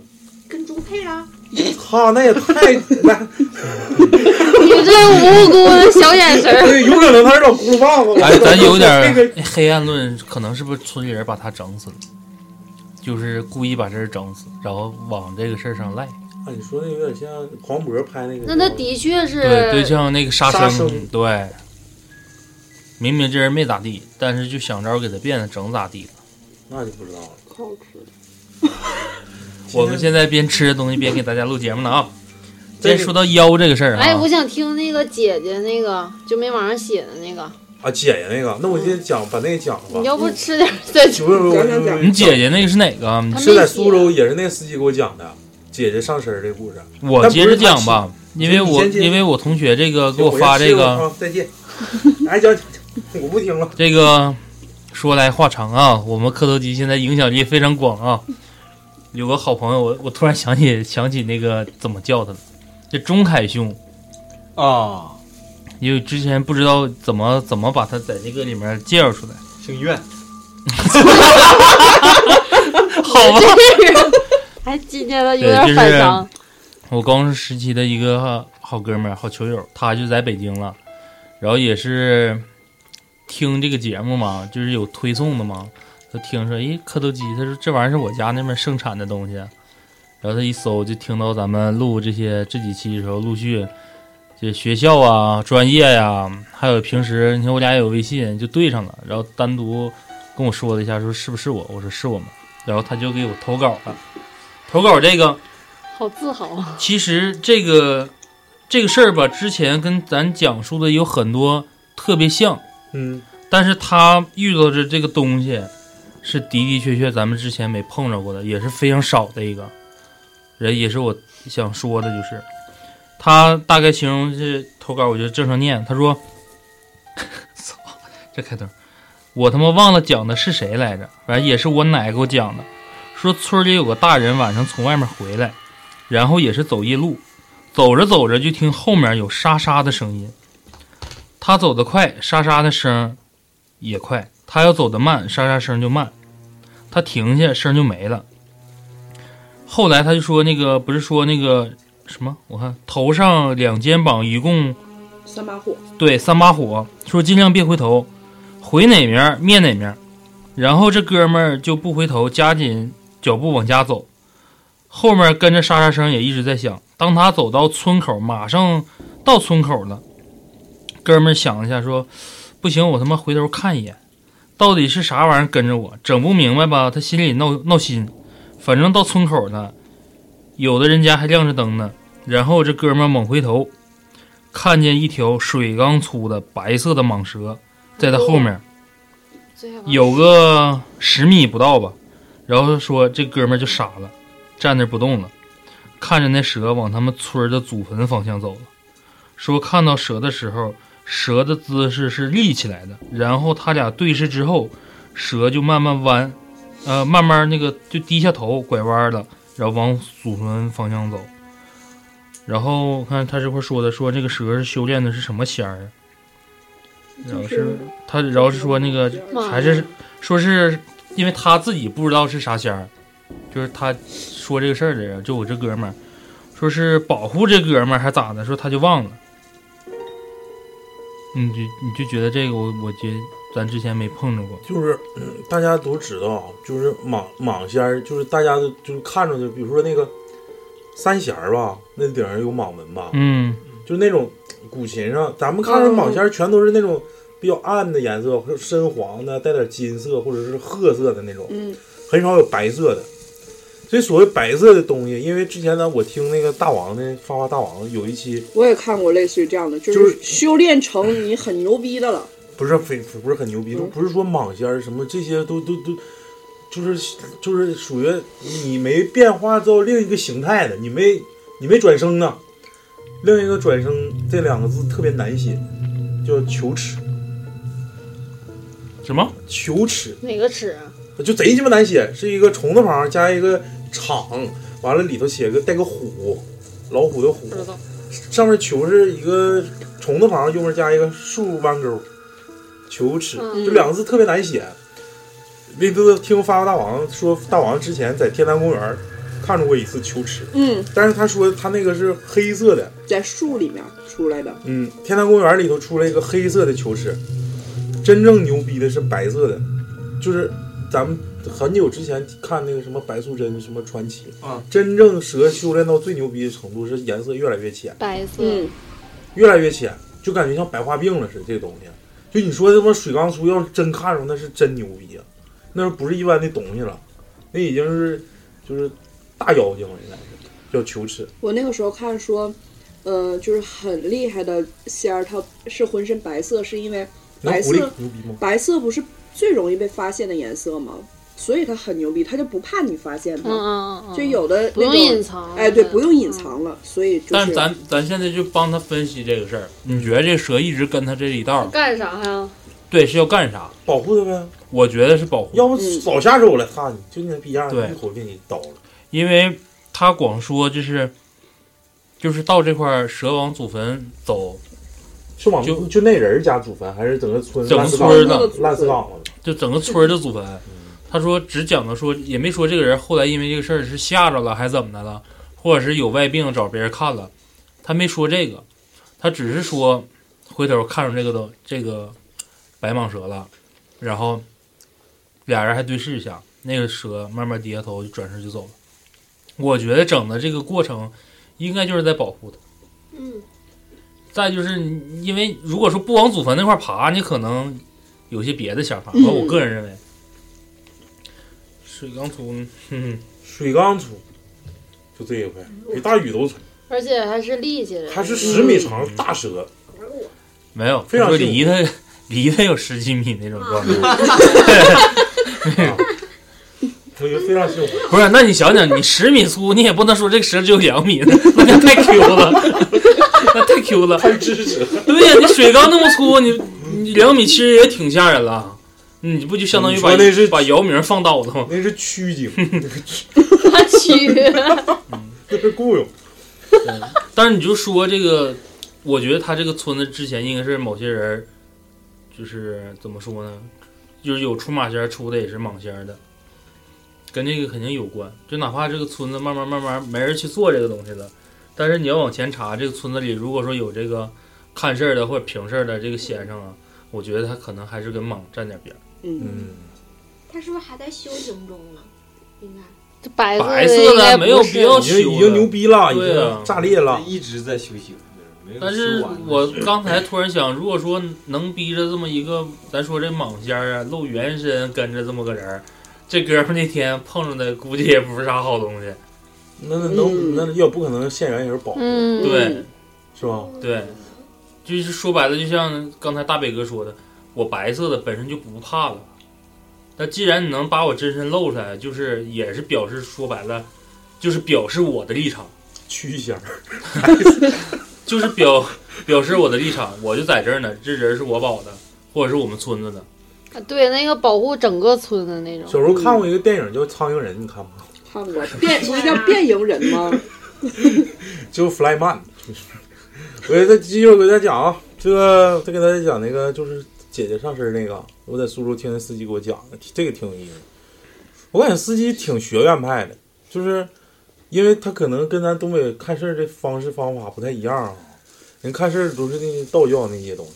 E: 跟猪配啊了，
B: 靠，那也太那
C: 你这无辜的小眼神儿， (laughs)
B: 对，有可能他是老葫芦娃 (laughs) 子。
H: 哎，咱有点
B: 这个
H: 儿黑暗论，可能是不是村里人把他整死了，就是故意把这人整死，然后往这个事儿上赖。
B: 啊，你说那有点像黄渤拍那个，
C: 那他的确是
H: 对啊对，像那个杀
B: 杀生
H: 对，明明这人没咋地，但是就想招给他变得整咋地了。
B: 那就不知道了。
F: 靠吃的，
H: 我们现在边吃东西边给大家录节目呢啊。
B: 这个
H: 先说到腰这个事儿啊，
C: 哎，我想听那个姐姐那个，就没往上写的那个，
B: 啊，姐姐那个，那我先讲，把那个讲了
C: 你
B: 吧。
C: 要不吃点儿再
B: 不是不是
F: 讲讲
B: 不
F: 讲
B: 是，
H: 你姐姐那个是哪个啊？
C: 她
B: 嗯是在
C: 没
B: 苏州，也是那个司机给我讲的，姐姐上身儿这故事。
H: 我
B: 但不
H: 接
B: 是
H: 着
B: 她
H: 讲
B: 起
H: 吧，因为
B: 你
H: 我
B: 先接
H: 因为我同学这个给我发
B: 先
H: 这
B: 吃
H: 个。
B: 啊，再见。 (laughs) 哎，讲讲，讲我不听了。
H: 这个说来话长啊，我们磕头机现在影响力非常广啊。有个好朋友，我我突然想起想起那个怎么叫他了，这钟凯兄，
G: 啊，
H: 因为之前不知道怎么怎么把他在这个里面介绍出来，
G: 姓苑，
H: 好吧？
C: 这人， (laughs) 哎，今天他有点反常，
H: 我高中时期的一个好哥们儿、好球友，他就在北京了，然后也是听这个节目嘛，就是有推送的嘛，他听说，诶，磕头机，他说这玩意儿是我家那边盛产的东西，啊然后他一搜就听到咱们录这些这几期的时候，陆续这学校啊、专业呀、还有平时，你看我俩也有微信，就对上了，然后单独跟我说了一下，说是不是我？我说是我们，然后他就给我投稿了，投稿这个。
C: 好自豪啊！
H: 其实这个这个事儿吧，之前跟咱讲述的有很多特别像，
B: 嗯，
H: 但是他遇到的这个东西是的的确确咱们之前没碰着过的，也是非常少的一个人，也是我想说的，就是他大概形容是投稿，我就正常念，他说：“ (laughs) 操，这开头，我他妈忘了讲的是谁来着，反正也是我奶给我讲的，说村里有个大人晚上从外面回来，然后也是走夜路，走着走着就听后面有沙沙的声音。”他走得快，沙沙的声儿也快，他要走得慢，沙沙声就慢，他停下声就没了。后来他就说那个不是说那个什么，我看头上两肩膀一共
F: 三把火，
H: 对三把火，说尽量别回头，回哪面儿灭哪面儿。然后这哥们儿就不回头，加紧脚步往家走，后面跟着沙沙声也一直在响。当他走到村口，马上到村口了，哥们儿想了一下说：“不行，我他妈回头看一眼，到底是啥玩意儿跟着我？整不明白吧？他心里闹闹心。反正到村口了，有的人家还亮着灯呢。然后这哥们儿猛回头，看见一条水缸粗的白色的蟒蛇在他后面，有个十米不到吧。然后说这哥们儿就傻了，站那儿不动了。看着那蛇往他们村儿的祖坟方向走了。说看到蛇的时候，蛇的姿势是立起来的，然后他俩对视之后，蛇就慢慢弯，呃，慢慢那个就低下头拐弯了，然后往祖坟方向走。然后看他这块说的，说这个蛇是修炼的是什么仙儿啊？然后是他，然后是说那个
F: 嗯
H: 还是说是因为他自己不知道是啥仙儿，就是他说这个事儿的人，就我这哥们儿，说是保护这哥们儿还咋的，说他就忘了。你就你就觉得这个我我觉得咱之前没碰着过，
B: 就是、嗯大家都知道，啊就是蟒蟒仙儿，就是大家都就是看着的，比如说那个三弦儿吧，那顶上有蟒纹吧，
H: 嗯，
B: 就那种古琴上，咱们看着蟒仙儿全都是那种比较暗的颜色，或者深黄的，带点金色或者是褐色的那种，
F: 嗯，
B: 很少有白色的。所以所谓白色的东西，因为之前呢，我听那个大王的发发大王有一期
F: 我也看过类似于这样的，就
B: 就是
F: 是修炼成你很牛逼的了，
B: 不是非不是很牛逼，就不是说蟒仙儿什么这些都都都，就是就是属于你没变化到另一个形态的，你没你没转生呢。另一个转生这两个字特别难写，叫求耻，
H: 什么
B: 求耻
C: 哪个尺？
B: 就贼鸡巴难写，是一个虫字旁加一个厂，完了里头写个带个虎，老虎的虎，
C: 道。
B: 上面球是一个虫字旁，右边加一个竖弯钩，球齿，
C: 嗯
B: 就两个字特别难写。那都听发发大王说，大王之前在天坛公园看着过一次球齿，
F: 嗯，
B: 但是他说他那个是黑色的，
F: 在树里面出来的，
B: 嗯，天坛公园里头出来一个黑色的球齿，真正牛逼的是白色的，就是咱们很久之前看那个什么白素贞什么传奇
G: 啊，
B: 真正蛇修炼到最牛逼的程度是颜色越来越浅。
C: 白色，
F: 嗯，
B: 越来越浅，就感觉像白化病了似的。这东西，就你说他妈水缸粗，要是真看着那是真牛逼啊，那不是一般的东西了，那已经是就是大妖精了，应该是叫球齿。
F: 我那个时候看说，呃，就是很厉害的仙儿，他是浑身白色，是因为
B: 那
F: 白
B: 狐狸
F: 色
B: 牛逼吗？
F: 白色不是最容易被发现的颜色吗？所以他很牛逼，他就不怕你发现
C: 嗯
F: 他，
C: 嗯嗯，
F: 就有的
C: 不
F: 那
C: 用隐
F: 种，
C: 藏，嗯
F: 哎，对，不用隐藏了，所以就
H: 但
F: 是
H: 咱咱现在就帮他分析这个事儿，你觉得这蛇一直跟他这一道儿，
C: 干啥呀？
H: 对，是要干啥？
B: 保护他呗，
H: 我觉得是保护，
B: 要不
F: 嗯
B: 早下手了，操你！就你那逼样，
H: 对
B: 一口给你刀了。
H: 因为他光说就是就是到这块儿蛇往祖坟走，
B: 是往
H: 就
B: 就那人家祖坟，还是整个村
H: 整个
B: 烂死岗
H: 村儿
B: 了
H: 的
B: 烂死岗了？
H: 就整个村儿的祖坟。他说只讲的说，也没说这个人后来因为这个事儿是吓着了，还怎么的了，或者是有外病找别人看了，他没说这个，他只是说回头看上这个东这个白蟒蛇了，然后俩人还对视一下，那个蛇慢慢低下头就转身就走了。我觉得整的这个过程应该就是在保护他。
E: 嗯，
H: 再就是你因为如果说不往祖坟那块爬，你可能有些别的想法。
F: 嗯
H: 我我个人认为，水缸图，哼
B: 水缸粗，就这一回，比大禹都粗。
C: 而且还是立起来，
B: 它是十米长的大蛇，
H: (laughs) 没有，
B: 非常
H: 说
B: 幸福
H: 离它 (laughs) 离它有十几米那种状态。
B: 我觉得非常 (laughs) 幸福。
H: (laughs) 不是，那你想想，你十米粗，你也不能说这个蛇只有两米， (laughs) 那就太 Q 了， (laughs) 那太 Q 了。
B: 贪吃蛇，
H: 对呀，你水缸那么粗，你你两米其实也挺吓人了。嗯你不就相当于把
B: 嗯你说那是
H: 把姚明放倒了吗？
B: 那是曲
H: (laughs)
B: 颈，
C: 他去，
B: 那是雇佣。
H: 但是你就说这个，我觉得他这个村子之前应该是某些人儿，就是怎么说呢，就是有出马仙儿出的也是蟒仙儿的，跟这个肯定有关。就哪怕这个村子慢慢慢慢没人去做这个东西了，但是你要往前查，这个村子里如果说有这个看事儿的或者平事儿的这个先生啊，我觉得他可能还是跟蟒沾点边儿。
F: 嗯，
B: 嗯，
E: 他是不是还在修行中呢？应该。
C: 这白
H: 白
C: 的
H: 色
C: 应该
H: 没有
C: 不是
H: 必要
B: 已经已经牛逼了，已
H: 啊
B: 经炸裂了。
G: 一直在修行，没有
H: 但
G: 修
H: 是
G: 完呢
H: 我刚才突然想，如果说能逼着这么一个，咱说这蟒仙儿啊，露原身跟着这么个人儿，这哥们儿那天碰上的估计也不是啥好东西。
B: 那那
F: 嗯
B: 能那要不可能现原也是保护，
C: 嗯，
H: 对
B: 是吧？
E: 嗯
H: 对，就是说白了，就像刚才大北哥说的，我白色的本身就不怕了。那既然你能把我真身露出来，就是也是表示说白了，就是表示我的立场。
B: 去香。
H: 就是表 (laughs) 表示我的立场，我就在这儿呢，这人是我保的，或者是我们村子的。
C: 啊对，那个保护整个村的那
B: 小
C: 种，
B: 时候看过一个电影叫《苍蝇人》，你看过吗？
F: 看过变，这叫变蝇人吗？
B: 就 Flyman，就是。我给他继续我给他讲啊，这个再给大家讲那个就是姐姐上身那个，我在苏州听那司机给我讲的，这个挺有意思。我感觉司机挺学院派的，就是因为他可能跟咱东北看事儿的方式方法不太一样啊，人看事儿都是那些道教那些东西，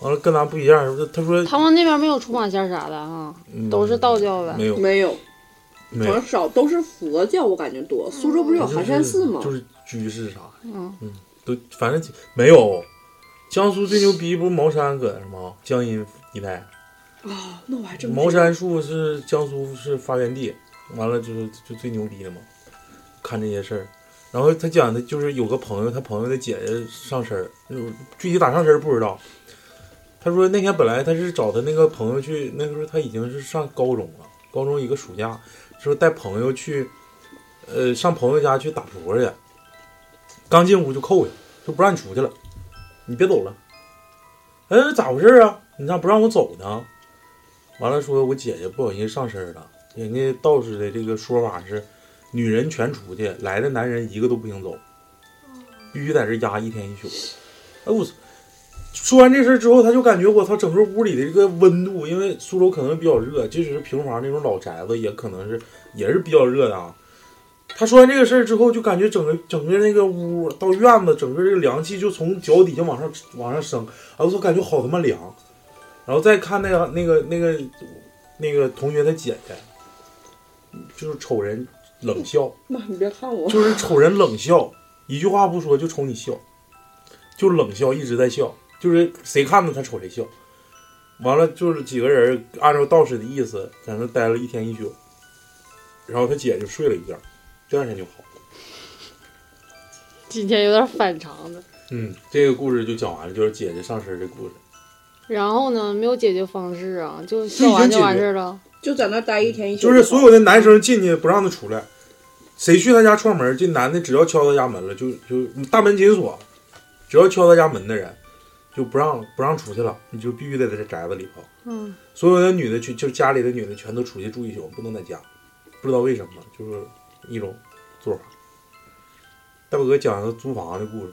B: 完了跟咱不一样。他说
C: 他们那边没有出马仙啥的啊，
B: 嗯
C: 都是道教
B: (laughs)
C: 呗
B: 没。有
F: 没有，
B: 没
F: 好
B: 有嗯
F: 像，少，都是佛教，我感觉多。苏州不是有寒山寺吗？
B: 就是居士啥的。
C: 嗯，
B: 都反正没有。江苏最牛逼不是茅山搁那儿吗？江阴一带，
F: 啊，那我还真不
B: 茅
F: 知道
B: 山术是江苏是发源地，完了就是就最牛逼的嘛，看这些事儿。然后他讲的就是有个朋友，他朋友的姐姐上身儿，嗯具体咋上身儿不知道。他说那天本来他是找他那个朋友去，那时候他已经是上高中了，高中一个暑假，说带朋友去，呃，上朋友家去打扑克去。刚进屋就扣下，就不让你出去了，你别走了。哎，咋回事儿啊？你咋不让我走呢？完了说，我姐姐不小心上身儿了。人家道士的这个说法是，女人全出去，来的男人一个都不行走，必须在这压一天一宿。哎我操！说完这事儿之后，他就感觉我操，整个屋里的这个温度，因为苏州可能比较热，即使是平房那种老宅子，也可能是也是比较热的啊。他说完这个事儿之后，就感觉整个整个那个屋到院子，整个这个凉气就从脚底下往上往上升，哎我操，感觉好他妈凉。然后再看那个那个那个那个同学的姐姐，就是瞅人冷笑，
F: 妈，你别看我，
B: 就是瞅人冷笑，一句话不说就瞅你笑，就冷笑一直在笑，就是谁看着他瞅谁笑。完了就是几个人按照道士的意思在那待了一天一宿，然后他姐就睡了一觉，第二天就好了。
C: 今天有点反常的。
B: 嗯，这个故事就讲完了，就是姐姐上身的故事。
C: 然后呢，没有解决方式啊，就笑完就完事儿了。
F: 就在那待一天一宿。
B: 就是所有的男生进去不让他出来，谁去他家串门，这男的只要敲他家门了，就就大门紧锁，只要敲他家门的人就不让不让出去了，你就必须得在这宅子里头。
C: 嗯，
B: 所有的女的去，就家里的女的全都出去住一宿，不能在家，不知道为什么，就是一种做法。大表哥讲个租房的故事，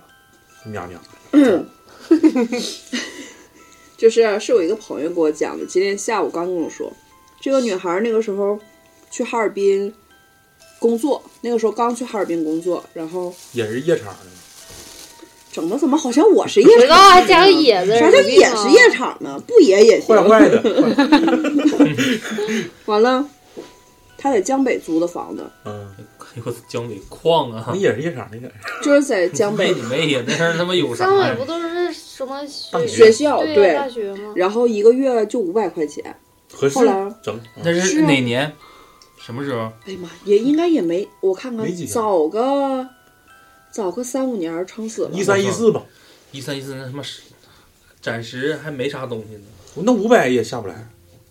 B: 喵喵，
F: 就是是我一个朋友给我讲的，今天下午刚跟我说，这个女孩儿那个时候去哈尔滨工作，那个时候刚去哈尔滨工作，然后
B: 也是夜场的，
F: 整的怎么好像我是夜
C: 不知啊道
F: 场？
C: 还加个野字儿，
F: 啥叫也是夜
C: 场？
F: 场呢？不野也行
B: 坏。坏的，坏
F: 完了，她在江北租的房子，
B: 嗯，
H: 哎呦我江北矿啊
B: 那！也是夜场那个，
F: 就是在 (laughs) 江
H: 妹
F: 北
H: (laughs) 你妹呀，那儿他妈有啥
C: 张伟
H: 呀 (laughs)
C: 不？都是什么学
B: 大学
F: 学校，
C: 对呀大学吗？
F: 然后一个月就五百块钱，
B: 合适
F: 后来
B: 整，嗯
H: 那
F: 是
H: 是
F: 啊
H: 哪年？什么时候？
F: 哎呀妈，也应该也没，我看看
B: 没几，天
F: 早个早个三五年儿撑死了。
B: 一三一四吧，
H: 一三一四那他妈是暂时还没啥东西呢。
B: 那五百也下不来。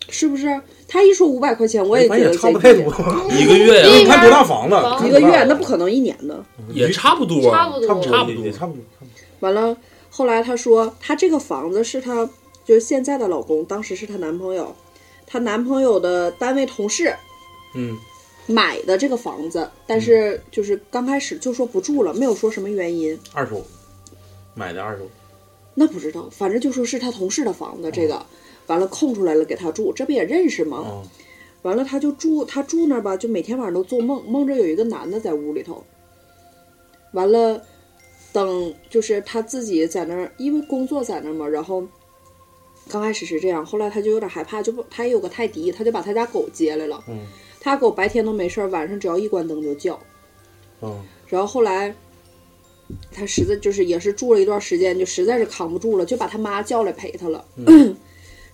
F: 是不是？他一说五百块钱，我也觉
B: 哎反正
F: 得
B: 也差不
F: 贼
B: 太
F: 低
B: 多， (laughs)
H: 一个月
C: 呀
H: 呀，
B: 你看多大房子？
C: 房
F: 一个月那不可能一年的。
H: 也差不多，
C: 差
H: 啊
C: 不
B: 差不
C: 多，
B: 多，
H: 差不多
B: 也差不多，差不多。
F: 完了，后来她说，她这个房子是她就是现在的老公，当时是她男朋友，她男朋友的单位同事
B: 嗯，
F: 买的这个房子，但是就是刚开始就说不住了，没有说什么原因，
B: 二手买的二手，
F: 那不知道，反正就说是她同事的房子，这个完了空出来了给她住，这不也认识吗？
B: 嗯，
F: 完了，他就住他住那儿吧，就每天晚上都做梦，梦着有一个男的在屋里头。完了，等就是他自己在那儿，因为工作在那儿嘛，然后刚开始是这样，后来他就有点害怕，就不他也有个泰迪，他就把他家狗接来了。
B: 嗯
F: 他狗白天都没事儿，晚上只要一关灯就叫。
B: 嗯，
F: 然后后来他实在就是也是住了一段时间，就实在是扛不住了，就把他妈叫来陪他了。 (clears throat)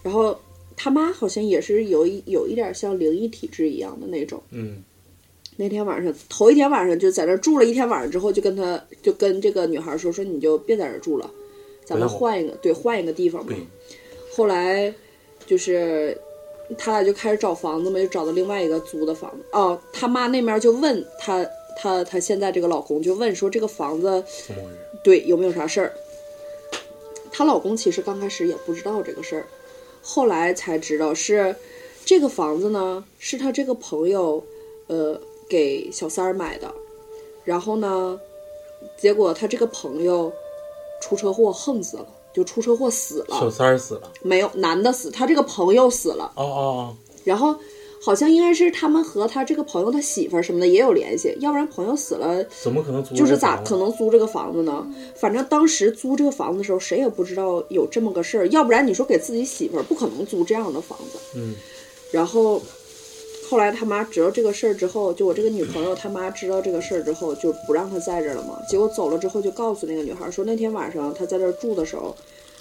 F: 然后他妈好像也是有一有一点像灵异体质一样的那种。
B: 嗯，
F: 那天晚上头一天晚上就在那儿住了一天晚上之后，就跟他就跟这个女孩说说你就别在这儿住了，咱们
B: 不要
F: 换一个对换一个地方吧
B: 对。
F: 后来就是他俩就开始找房子嘛，就找到另外一个租的房子。哦，他妈那边就问他她她现在这个老公就问说这个房子
B: 怎么回事？
F: 对，有没有啥事儿？她老公其实刚开始也不知道这个事儿，后来才知道是这个房子呢，是她这个朋友呃给小三儿买的，然后呢，结果她这个朋友出车祸横死了，就出车祸死
B: 小
F: 了，
B: 三儿死了。
F: 没有男的死，她这个朋友死了，
B: 哦哦
F: 然后好像应该是他们和他这个朋友他媳妇儿什么的也有联系，要不然朋友死了。
B: 哦，怎么可能租？
F: 就是咋可？能租这个房子呢？反正当时租这个房子的时候，谁也不知道有这么个事儿，要不然你说给自己媳妇儿不可能租这样的房子。
B: 嗯，
F: 然后后来他妈知道这个事儿之后，就我这个女朋友他妈知道这个事儿之后，就不让她在这儿了嘛。结果走了之后，就告诉那个女孩儿说，那天晚上她在这儿住的时候，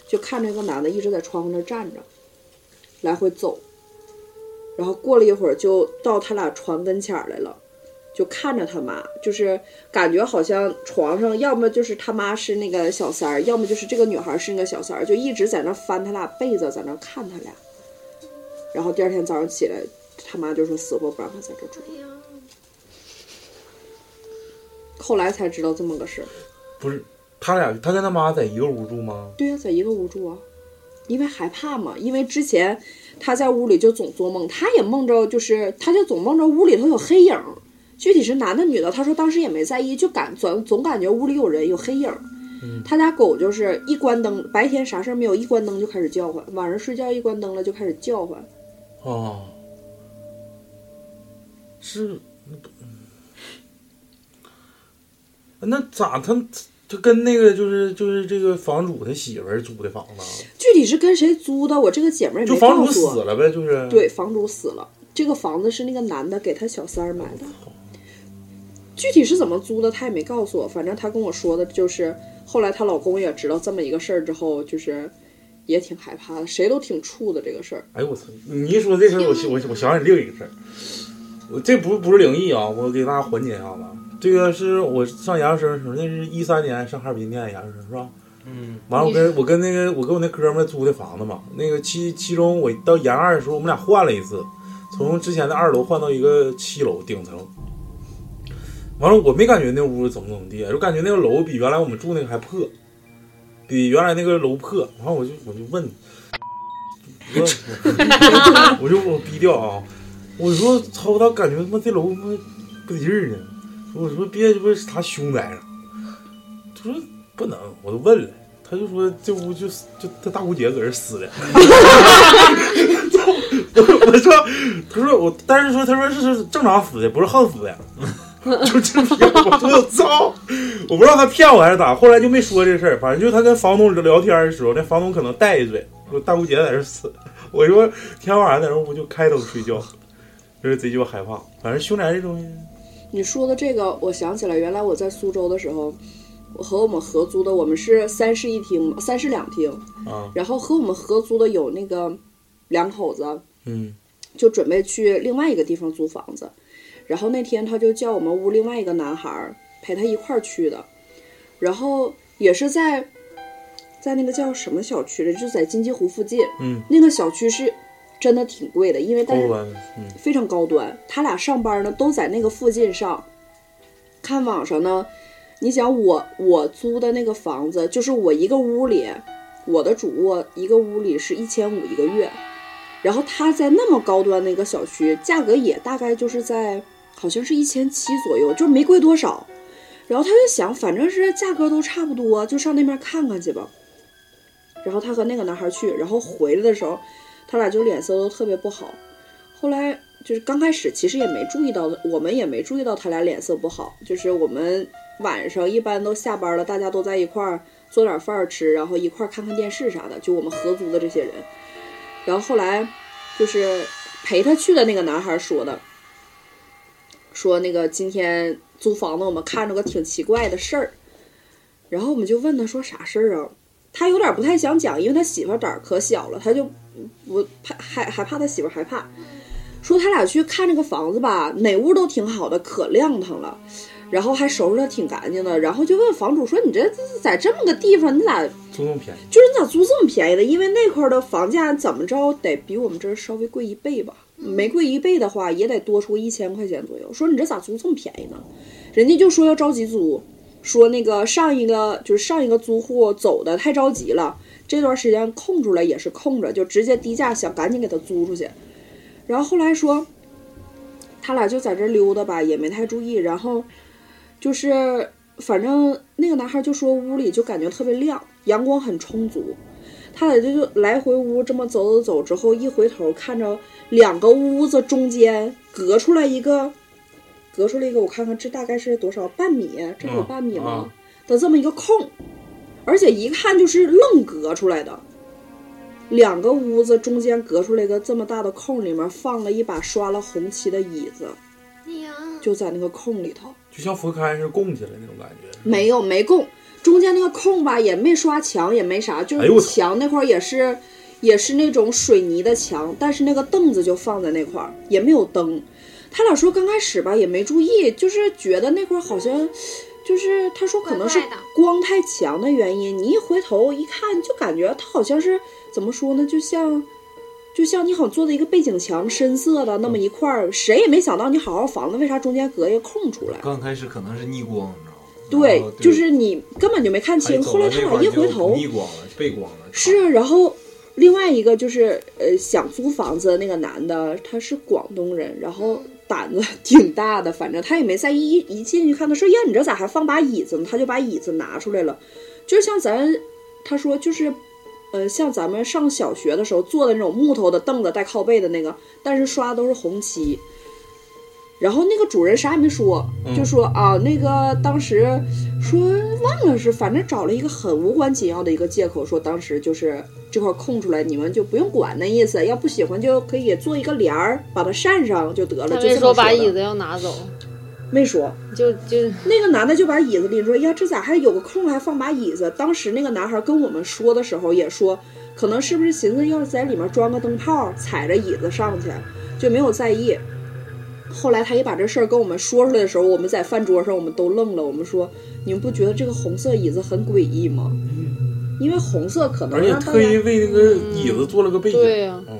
F: 就看这个男的一直在窗户那儿站着，来回走。然后过了一会儿，就到他俩床跟前儿来了，就看着他妈，就是感觉好像床上要么就是他妈是那个小三儿，要么就是这个女孩是那个小三儿，就一直在那翻他俩被子，在那看他俩。然后第二天早上起来，他妈就说死活不让他在这
E: 哎
F: 住。后来才知道这么个事儿。
B: 不是，他俩他跟他妈在一个屋住吗？
F: 对呀、在一个屋住啊，因为害怕嘛。因为之前他在屋里就总做梦，他也梦着，就是他就总梦着屋里头有黑影儿，具体是男的女的，他说当时也没在意，就感总总感觉屋里有人有黑影儿。
B: 嗯
F: 他家狗就是一关灯，白天啥事儿没有，一关灯就开始叫唤，晚上睡觉一关灯了就开始叫唤。
B: 哦，是，嗯那咋他他跟那个就是就是这个房主他媳妇儿租的房子啊，
F: 具体是跟谁租的，我这个姐们儿也
B: 就
F: 没
B: 房
F: 告
B: 主
F: 诉我。
B: 死了呗，就是
F: 对，房主死了，这个房子是那个男的给他小三儿买的，具体是怎么租的他也没告诉我，反正他跟我说的就是，后来她老公也知道这么一个事儿之后，就是也挺害怕的，谁都挺怵的这个事儿。
B: 哎呦我操！你一说这事儿，我想我我想起另一个事儿，我这不不是灵异啊，我给大家缓解一下子。这个是我上研究生的时候，那是一三年上哈尔滨念研究生是吧？嗯。完了，我跟我跟那个我跟我那哥们儿租的房子嘛，那个其其中我到研二的时候，我们俩换了一次，从之前的二楼换到一个七楼顶层。完了，我没感觉那屋怎么怎么地，就感觉那个楼比原来我们住那个还破，比原来那个楼破。然后我就我就问， (laughs) 我我就我逼掉啊！我说操，我咋感觉他妈这楼他妈不得劲儿呢？我说别他妈是他兄在上，他说不能，我都问了，他就说这屋就就他大姑姐搁这撕的。我 (laughs) 我说，他说我，但是说他说是是正常死的，不是横死的。 (laughs) 就这逼，我说我操！我不知道他骗我还是咋，后来就没说这事儿。反正就他跟房东聊天的时候，那房东可能带一嘴，说大姑姐在这死。我说天晚上在这屋就开灯睡觉，就是贼鸡巴害怕。反正凶宅这东西，
F: 你说的这个，我想起来，原来我在苏州的时候，我和我们合租的，我们是三室一厅，三室两厅，
B: 啊，
F: 然后和我们合租的有那个两口子，
B: 嗯，
F: 就准备去另外一个地方租房子。然后那天他就叫我们屋另外一个男孩儿陪他一块儿去的，然后也是在在那个叫什么小区的，就在金鸡湖附近。
B: 嗯，
F: 那个小区是真的挺贵的，因为
B: 高
F: 但是
B: 端，嗯，
F: 非常高端。他俩上班呢都在那个附近上，看网上呢，你想我我租的那个房子，就是我一个屋里，我的主卧一个屋里是一千五一个月，然后他在那么高端的一个小区，价格也大概就是在好像是一千七左右，就是没贵多少。然后他就想，反正是价格都差不多，就上那边看看去吧。然后他和那个男孩去，然后回来的时候，他俩就脸色都特别不好。后来就是刚开始其实也没注意到，我们也没注意到他俩脸色不好。就是我们晚上一般都下班了，大家都在一块儿做点饭吃，然后一块儿看看电视啥的，就我们合租的这些人。然后后来就是陪他去的那个男孩说的，说那个今天租房子我们看着个挺奇怪的事儿，然后我们就问他说啥事儿啊？他有点不太想讲，因为他媳妇儿胆儿可小了，他就我怕害害怕他媳妇儿害怕，说他俩去看这个房子吧，哪屋都挺好的，可亮堂了，然后还收拾的挺干净的，然后就问房主说：“你这在这么个地方，你咋
B: 租那么便宜，
F: 就是你咋租这么便宜的？因为那块儿的房价怎么着得比我们这儿稍微贵一倍吧，没贵一倍的话也得多出一千块钱左右。说你这咋租这么便宜呢？人家就说要着急租，说那个上一个就是上一个租户走的太着急了，这段时间空出来也是空着，就直接低价想赶紧给他租出去。然后后来说，他俩就在这溜达吧，也没太注意。然后就是反正那个男孩就说屋里就感觉特别亮，阳光很充足。他俩就就来回屋这么走走走之后，一回头看着两个屋子中间隔出来一个，隔出来一个，我看看这大概是多少半米，这有
B: 嗯
F: 半米吗？
B: 啊
F: 的这么一个空，而且一看就是愣隔出来的。两个屋子中间隔出来一个这么大的空，里面放了一把刷了红漆的椅子，
E: 哎呀，
F: 就在那个空里头。
B: 就像佛龛似的供起来那种感觉。
F: 没有没供，中间那个空吧也没刷墙，也没啥，就
B: 哎呦我
F: 是
B: 操
F: 墙那块儿也是、也是那种水泥的墙，但是那个凳子就放在那块儿，也没有灯。他俩说刚开始吧也没注意，就是觉得那块儿好像，就是他说可能是
E: 怪怪的
F: 光太强的原因。你一回头一看，就感觉它好像是怎么说呢，就像就像你好像做的一个背景墙，深色的
B: 嗯
F: 那么一块儿，谁也没想到你好好房子为啥中间隔一个空出来。
G: 刚开始可能是逆光，你知道吗？
F: 对
G: 然后，
F: 就是你根本就没看
G: 哎
F: 清。
G: 走
F: 后来
G: 到
F: 他
G: 那
F: 俩
G: 块
F: 一
G: 儿就
F: 回头，
G: 逆光了，背光了。
F: 是啊，然后另外一个就是呃，想租房子的那个男的，他是广东人，然后胆子 (laughs) 挺大的，反正他也没在意。一进去看，他说：“呀，你这咋还放把椅子呢？”他就把椅子拿出来了，就是像咱他说就是。呃，像咱们上小学的时候坐的那种木头的凳子带靠背的那个，但是刷的都是红漆。然后那个主人啥也没说，就说啊，那个当时说忘了是，反正找了一个很无关紧要的一个借口，说当时就是这块空出来，你们就不用管那意思，要不喜欢就可以做一个帘儿把它扇上就得了。
C: 他
F: 就这
C: 没
F: 么
C: 说
F: 说
C: 把
F: 的
C: 椅子要拿走，
F: 没说，
C: 就
B: 哎
C: 就
F: 那个男的就把椅子拎出来，呀，这咋还有个空还放把椅子？当时那个男孩跟我们说的时候也说，可能是不是寻思要是在里面装个灯泡，踩着椅子上去，就没有在意。后来他一把这事儿跟我们说出来的时候，我们在饭桌上我们都愣了，我们说你们不觉得这个红色椅子很诡异吗？因为红色可能
B: 而且
F: 让大
B: 特
F: 家
B: 意为那个椅子做了个背景，
C: 对呀，
B: 嗯，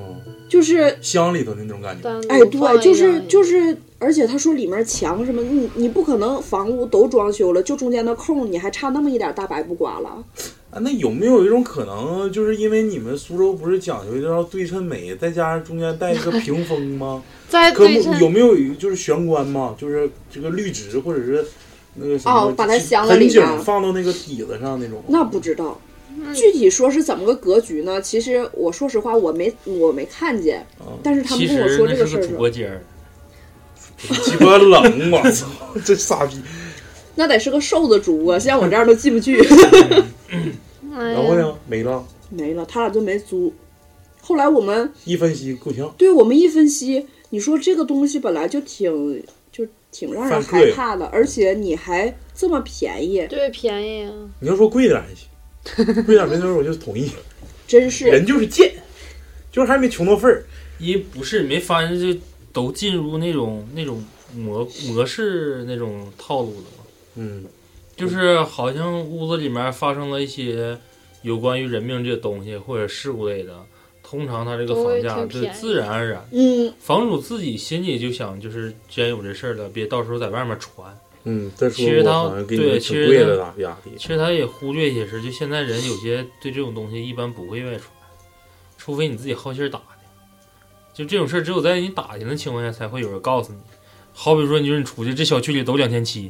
F: 就是
B: 乡里头的那种感觉。
C: 单独
F: 哎，
C: 放
F: 对，
C: 一
F: 就是
C: 张
F: 就是，而且他说里面墙什么，你你不可能房屋都装修了，就中间的空，你还差那么一点大白布刮了。
B: 啊，那有没有一种可能，就是因为你们苏州不是讲究一定要对称美，再加上中间带一个
F: (laughs)
B: 屏风吗？
C: 在
B: 可
C: 对称
B: 有没有一就是玄关嘛？就是这个绿植或者是那个什么，
F: 哦把它镶在
B: 盆
F: 里
B: 景
F: 面
B: 放到那个椅子上那种。
F: 那不知道，具体说是怎么个格局呢？其实我说实话，我没我没看见，但是他
H: 哦其
F: 们跟我
H: 实
F: 说
H: 那
F: 这个
H: 是
F: 事儿啊
H: 个
F: 的时
H: 主
F: 候，
H: 播间儿，
B: 鸡巴冷，啊
F: (laughs)
B: 我操，这傻逼！
F: 那得是个瘦子主播，像我这样都进不
H: (laughs)
F: 去。
C: 哎
B: 然后
C: 呀，
B: 呢，没了。
F: 没了，他俩就没租。后来我们
B: 一分析够呛，
F: 对我们一分析，你说这个东西本来就挺就挺让人
B: 犯贵
F: 害怕的，而且你还这么便宜，
C: 对便宜啊，
B: 你要说贵点儿还行，贵点儿没准儿我就同意。
F: 真是
B: 人就是贱，就是还没穷到份儿。
H: 因为不是没发现就都进入那种那种模模式那种套路了嘛，
B: 嗯，
H: 就是好像屋子里面发生了一些有关于人命这东西或者事故类的，通常它这个
C: 都
H: 房
C: 会
H: 价
C: 挺
H: 就
C: 便宜
H: 自然而然，
F: 嗯，
H: 房主自己心里就想，就是既然有这事儿了，别到时候在外面传。
B: 嗯，再说
H: 其实
B: 我
H: 他
B: 好像给你
H: 对
B: 们
H: 其
B: 挺
H: 实
B: 贵
H: 他
B: 的咋压力
H: 其实他也忽略一些事，就现在人有些对这种东西一般不会外传，除非你自己好心儿打的。就这种事儿，只有在你打听的情况下，才会有人告诉你。好比说，你说你出去，这小区里都两千七，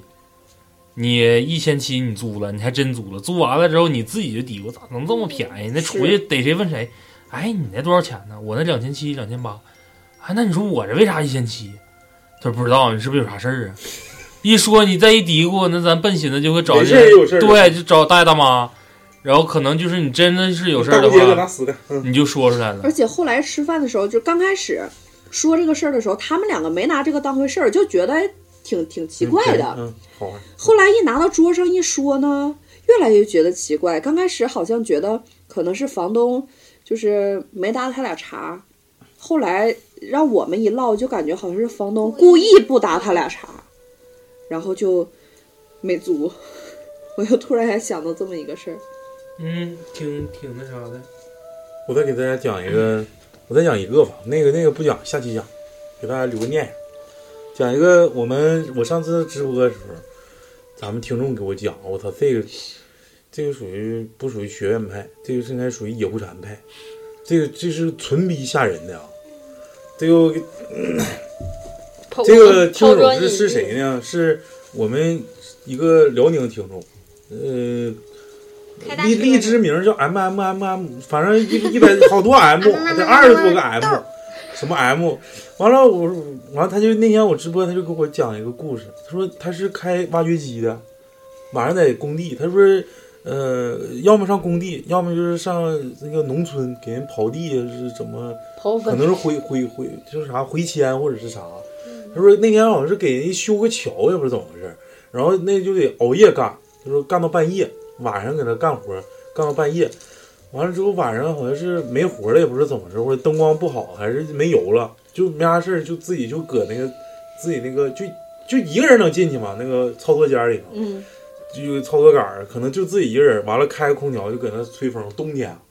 H: 你一千七你租了，你还真租了，租完了之后你自己就嘀咕，咋能这么便宜？那出去逮谁问谁？哎，你那多少钱呢？我那两千七、两千八。哎，那你说我这为啥一千七？他说不知道，你是不是有啥事儿啊？一说你再一嘀咕，那咱笨寻思就会找
B: 没
H: 人
B: 事儿有事儿
H: 对，就找大爷大妈，然后可能就是你真的是有事儿
B: 大
H: 的
B: 不接搁那
H: 话，
B: 死干。嗯
H: 你就说出来了
F: 而。且后来吃饭的时候，就刚开始说这个事儿的时候，他们两个没拿这个当回事儿，就觉得哎挺挺奇怪的。
B: 嗯，好玩。
F: 后来一拿到桌上一说呢，越来越觉得奇怪。刚开始好像觉得可能是房东就是没搭他俩茬，后来让我们一唠，就感觉好像是房东故意不搭他俩茬，然后就没租。 (laughs) 我又突然还想到这么一个事儿，
H: 嗯，挺挺那啥的。
B: 我再给大家讲一个，我再讲一个吧，那个那个不讲，下期讲，给大家留个念想。讲一个我们我上次直播的时候，咱们听众给我讲，我操，这个这个属于不属于学院派，这个是应该属于野狐禅派，这个这是纯逼吓人的啊！这个我给
C: 抛
B: 这个听
C: 抛
B: 友
C: 砖
B: 是
C: 引
B: 是
C: 玉
B: 谁呢？是我们一个辽宁听众，呃，
E: 开大
B: 荔
E: 车
B: 荔枝名儿叫 M M M M，反正一一百好多 M，得二十多个 M，什么 M？完了我说，完了他就那天我直播，他就给我讲一个故事，他说他是开挖掘机的，晚上在工地，他说呃，要么上工地，要么就是上那个农村给人刨地是怎么。
C: 刨
B: 可
C: 坟
B: 能是回回回就是啥回迁或者是啥。他说那天好像是给人修个桥，也不知道怎么回事儿，然后那就得熬夜干，他说干到半夜，晚上搁那干活，干到半夜，完了之后晚上好像是没活了，也不知道怎么回事儿，或者灯光不好还是没油了，就没啥事儿，就自己就搁那个自己那个就就一个人能进去嘛，那个操作间里头，
F: 嗯，
B: 就操作杆儿，可能就自己一个人，完了开个空调就搁那吹风，冬天，啊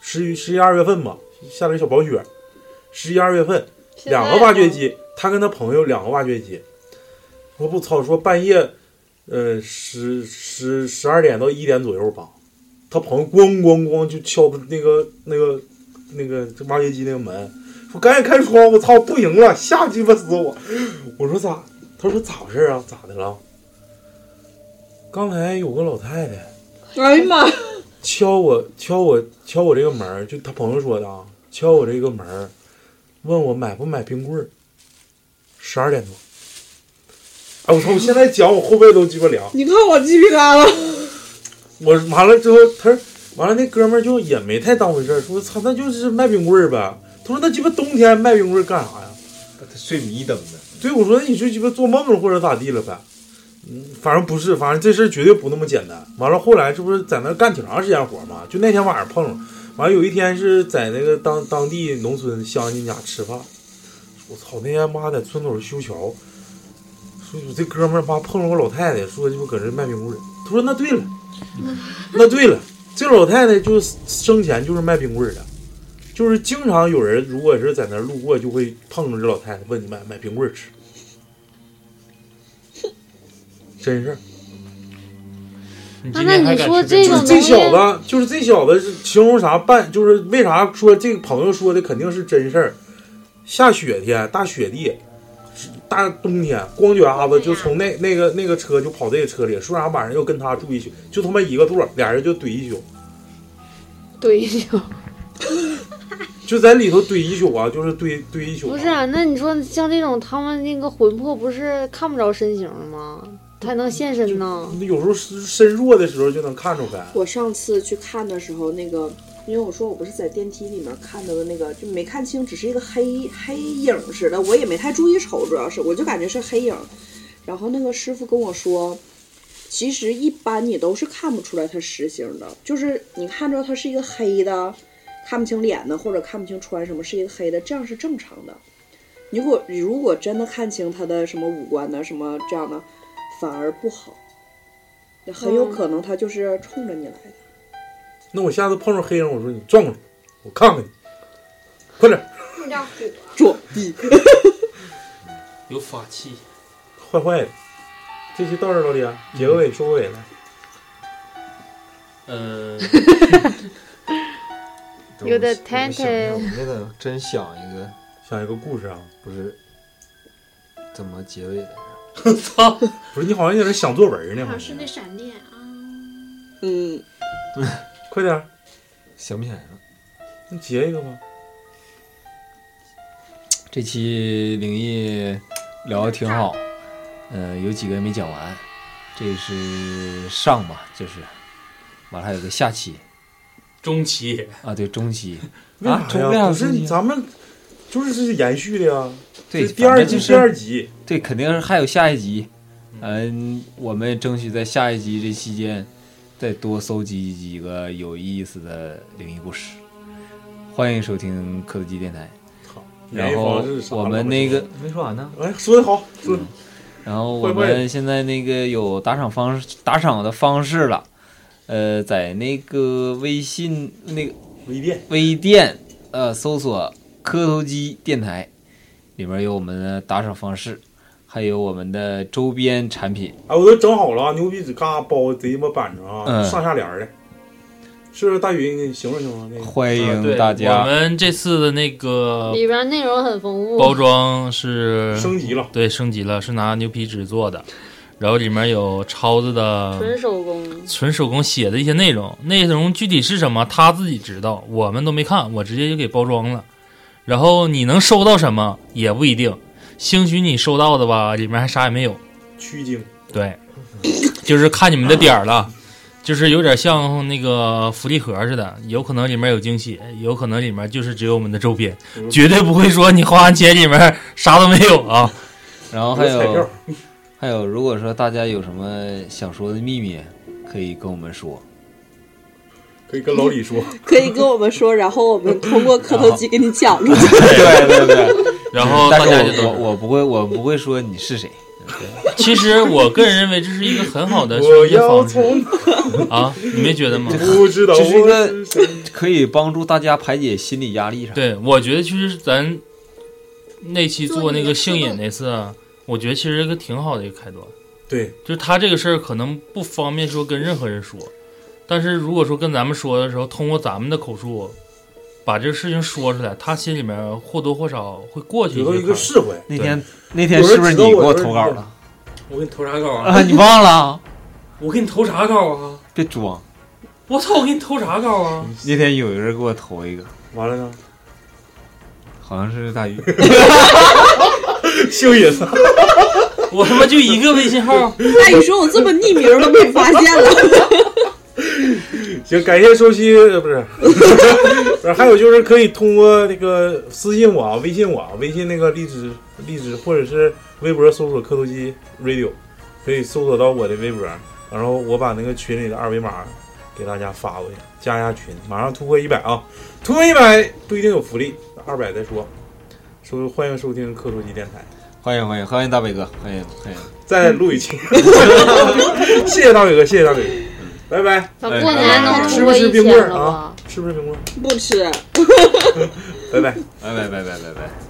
B: 十一十一二月份吧，下点小薄雪，十一二月份，两个挖掘机，他跟他朋友两个挖掘机，说不操，说半夜，呃十十十二点到一点左右吧，他朋友咣咣咣就敲那个那个那个这挖掘机那个门，说赶紧开窗户，操，不行了，吓鸡巴死我！我说咋？他说咋回事啊？咋的了？刚才有个老太太
F: 哎呀妈，
B: 敲我敲我敲我这个门儿，就他朋友说的啊，敲我这个门儿，问我买不买冰棍儿。十二点多，哎我操！我现在讲我后背都鸡巴凉。
F: 你看我鸡皮疙瘩，
B: 我完了之后，他说完了那哥们儿就也没太当回事儿，说操那就是卖冰棍儿呗。他说那鸡巴冬天卖冰棍儿干啥呀？
G: 他睡迷瞪的，
B: 对，我说你就鸡巴做梦了或者咋地了呗。嗯，反正不是，反正这事儿绝对不那么简单。完了，后来这不是在那儿干挺长时间活嘛？就那天晚上碰上，完了有一天是在那个当当地农村乡亲家吃饭。我操，那天妈在村口修桥，说我这哥们儿妈碰上个老太太，说鸡巴搁这卖冰棍儿。他说那对了，那对了，这老太太就是生前就是卖冰棍儿的。就是经常有人如果是在那儿路过，就会碰着这老太太，问你买买冰棍儿吃，真事儿。
H: 你
C: 啊那
H: 今
C: 那
H: 天还
C: 你
H: 敢
C: 说
H: 吃
C: 这
H: 冰
B: 就
C: 种
B: 是
C: 东
B: 这
C: 西，
B: 小子，就是这小子是形容啥办？就是为啥说这个朋友说的肯定是真事儿？下雪天，大雪地，大冬天，光脚丫子就从那那个那个车就跑这个车里，说啥晚上要跟他住一宿，就他妈一个座儿，俩人就怼一宿，(laughs)
C: 对呀，
B: 就在里头怼一宿啊，就是怼怼一宿、
C: 不是啊？那你说像这种他们那个魂魄不是看不着身形吗？还能现身呢？
B: 有时候身身弱的时候就能看出来。
F: 我上次去看的时候，那个因为我说我不是在电梯里面看到的那个，就没看清，只是一个黑黑影似的，我也没太注意瞅，主要是我就感觉是黑影。然后那个师傅跟我说，其实一般你都是看不出来他实形的，就是你看着他是一个黑的，看不清脸的，或者看不清穿什么，是一个黑的，这样是正常的。如果如果真的看清他的什么五官啊呢，什么这样的，反而不好，也很有可能他就是冲着你来的。
B: 那我下次碰上黑人，我说你撞过来，我看看你，快点儿，
E: 那叫虎啊，
F: 作弊，
D: 有法器，
B: 坏坏的。这期到这儿，老李啊，结个尾，收个尾了。
H: 呃 (laughs)
D: 嗯，
C: 有的
G: 我想
C: 太太
G: 我现在真想一个，
B: 想一个故事啊，
G: 不是怎么结尾来着？
D: 操，
B: 不是你好像有点想作文呢，
E: 好
B: 好
C: 啊
E: 像是
B: 像
E: 那闪电啊，
F: 嗯，
B: 快点儿，
G: 想不起来了。
B: 你结一个
G: 啊
B: 吧。
G: 这期灵异聊的挺好，呃，有几个没讲完，这是上吧，就是完了还有个下期
D: 中期
G: 啊，对中期
B: 为
G: 啊，
B: 啥
G: 中
B: 呀？
G: 量
B: 不是咱们就是是延续的呀，
G: 对
B: 这第二
G: 季
B: 季第二集，
G: 对，肯定是还有下一集。嗯，我们争取在下一集这期间，再多搜集几个有意思的灵异故事。欢迎收听科技电台。然
B: 演绎
G: 后
B: 方式啥
G: 我
B: 了
G: 们那个没说完呢。
B: 哎，说的好，说得
G: 然后我
B: 会不会
G: 们现在那个有打赏方式，打赏的方式了。呃，在那个微信那个
B: 微店
G: 微店呃搜索“磕头机电台”，里面有我们的打赏方式，还有我们的周边产品。
B: 哎，我都整好了啊，牛逼纸嘎包贼他妈板正啊，
G: 嗯
B: 上下联儿的，是不是大云？你形容形容那个，
G: 欢
D: 啊对
G: 迎大
H: 我
G: 家，
H: 们这次的那
B: 嗯
H: 个
C: 里边内容很丰
H: 包
C: 富，
H: 装是
G: 嗯
B: 升级了，
H: 对升级了，是拿牛皮纸做的，然后里面有超子
C: 纯
H: 的
C: 手
B: 哎
C: 工。
H: 纯手工写的一些内容，内容具体是什么他自己知道，我们都没看，我直接就给包装了。然后你能收到什么也不一定，兴许你收到的吧，里面还啥也没有。
B: 曲靖
H: 对，就是看你们的点儿了，就是有点像那个福利盒似的，有可能里面有惊喜，有可能里面就是只有我们的周边，绝对不会说你花完钱里面啥都没有啊。
G: 然后还
B: 彩票
G: 有还有，如果说大家有什么想说的秘密，可以跟我们说。
B: 可以跟老李说，
G: 嗯
F: 可以跟我们说，然后我们通过磕头机给你讲出去。
G: (laughs)
F: (laughs)
G: 对对对，
H: 然后大
G: 但是
H: 家就
G: 我
H: 都，
G: 我我不会我不会说你是谁，
H: 其实我个人认为这是一个很好的
B: 我
H: 宣泄
B: 要
H: 方式
B: 从
H: 啊，你没觉得吗？
B: 不知道
G: 嗯这是一
B: 我
G: 个
B: 是谁。
G: 可以帮助大家排解心理压力啥。
H: 对，我觉得其实咱那期做那个性
E: 做那个
H: 瘾那次啊，我觉得其实一个挺好的一个开端。
B: 对，
H: 就是他这个事儿可能不方便说跟任何人说，但是如果说跟咱们说的时候，通过咱们的口述把这个事情说出来，他心里面或多或少会过去
B: 有到
H: 些
B: 一个
H: 坎儿
B: 释怀。
G: 那天那天是不是你给我投稿了
D: 我给你投啥稿啊？
G: 啊？你忘了？
D: 我给你投啥稿啊？
G: 别装！
D: 我操！我给你投啥稿
H: (laughs)
D: 啊？
G: 那天有人给我投一个，
B: 完了呢，
G: 好像是大鱼。
B: 性瘾
D: 我他妈就一个微信号，
F: 哎，你说我这么匿名都被发现了，
B: 行，感谢收听，呃不是， (laughs) 不是，还有就是可以通过那个私信我啊，微信我啊，微信那个荔枝荔枝或者是微博搜索“磕头机 radio”，可以搜索到我的微博，然后我把那个群里的二维码给大家发过去，加一下群，马上突破一百啊！突破一百不一定有福利，二百再说。收欢迎收听磕头机电台，
G: 欢迎欢迎欢迎大北哥，欢迎欢迎。
B: 再录一期， (laughs) 谢谢大伟哥，谢谢大伟哥，嗯拜拜，
C: 咱过年能
B: 哎吃不
C: 通过
B: 吃
C: 一
B: 冰
C: 千
B: 棍儿啊
C: 了吧
B: 啊？？吃不吃冰棍儿？
F: 不吃。
B: 拜拜。
G: 拜拜拜拜拜拜。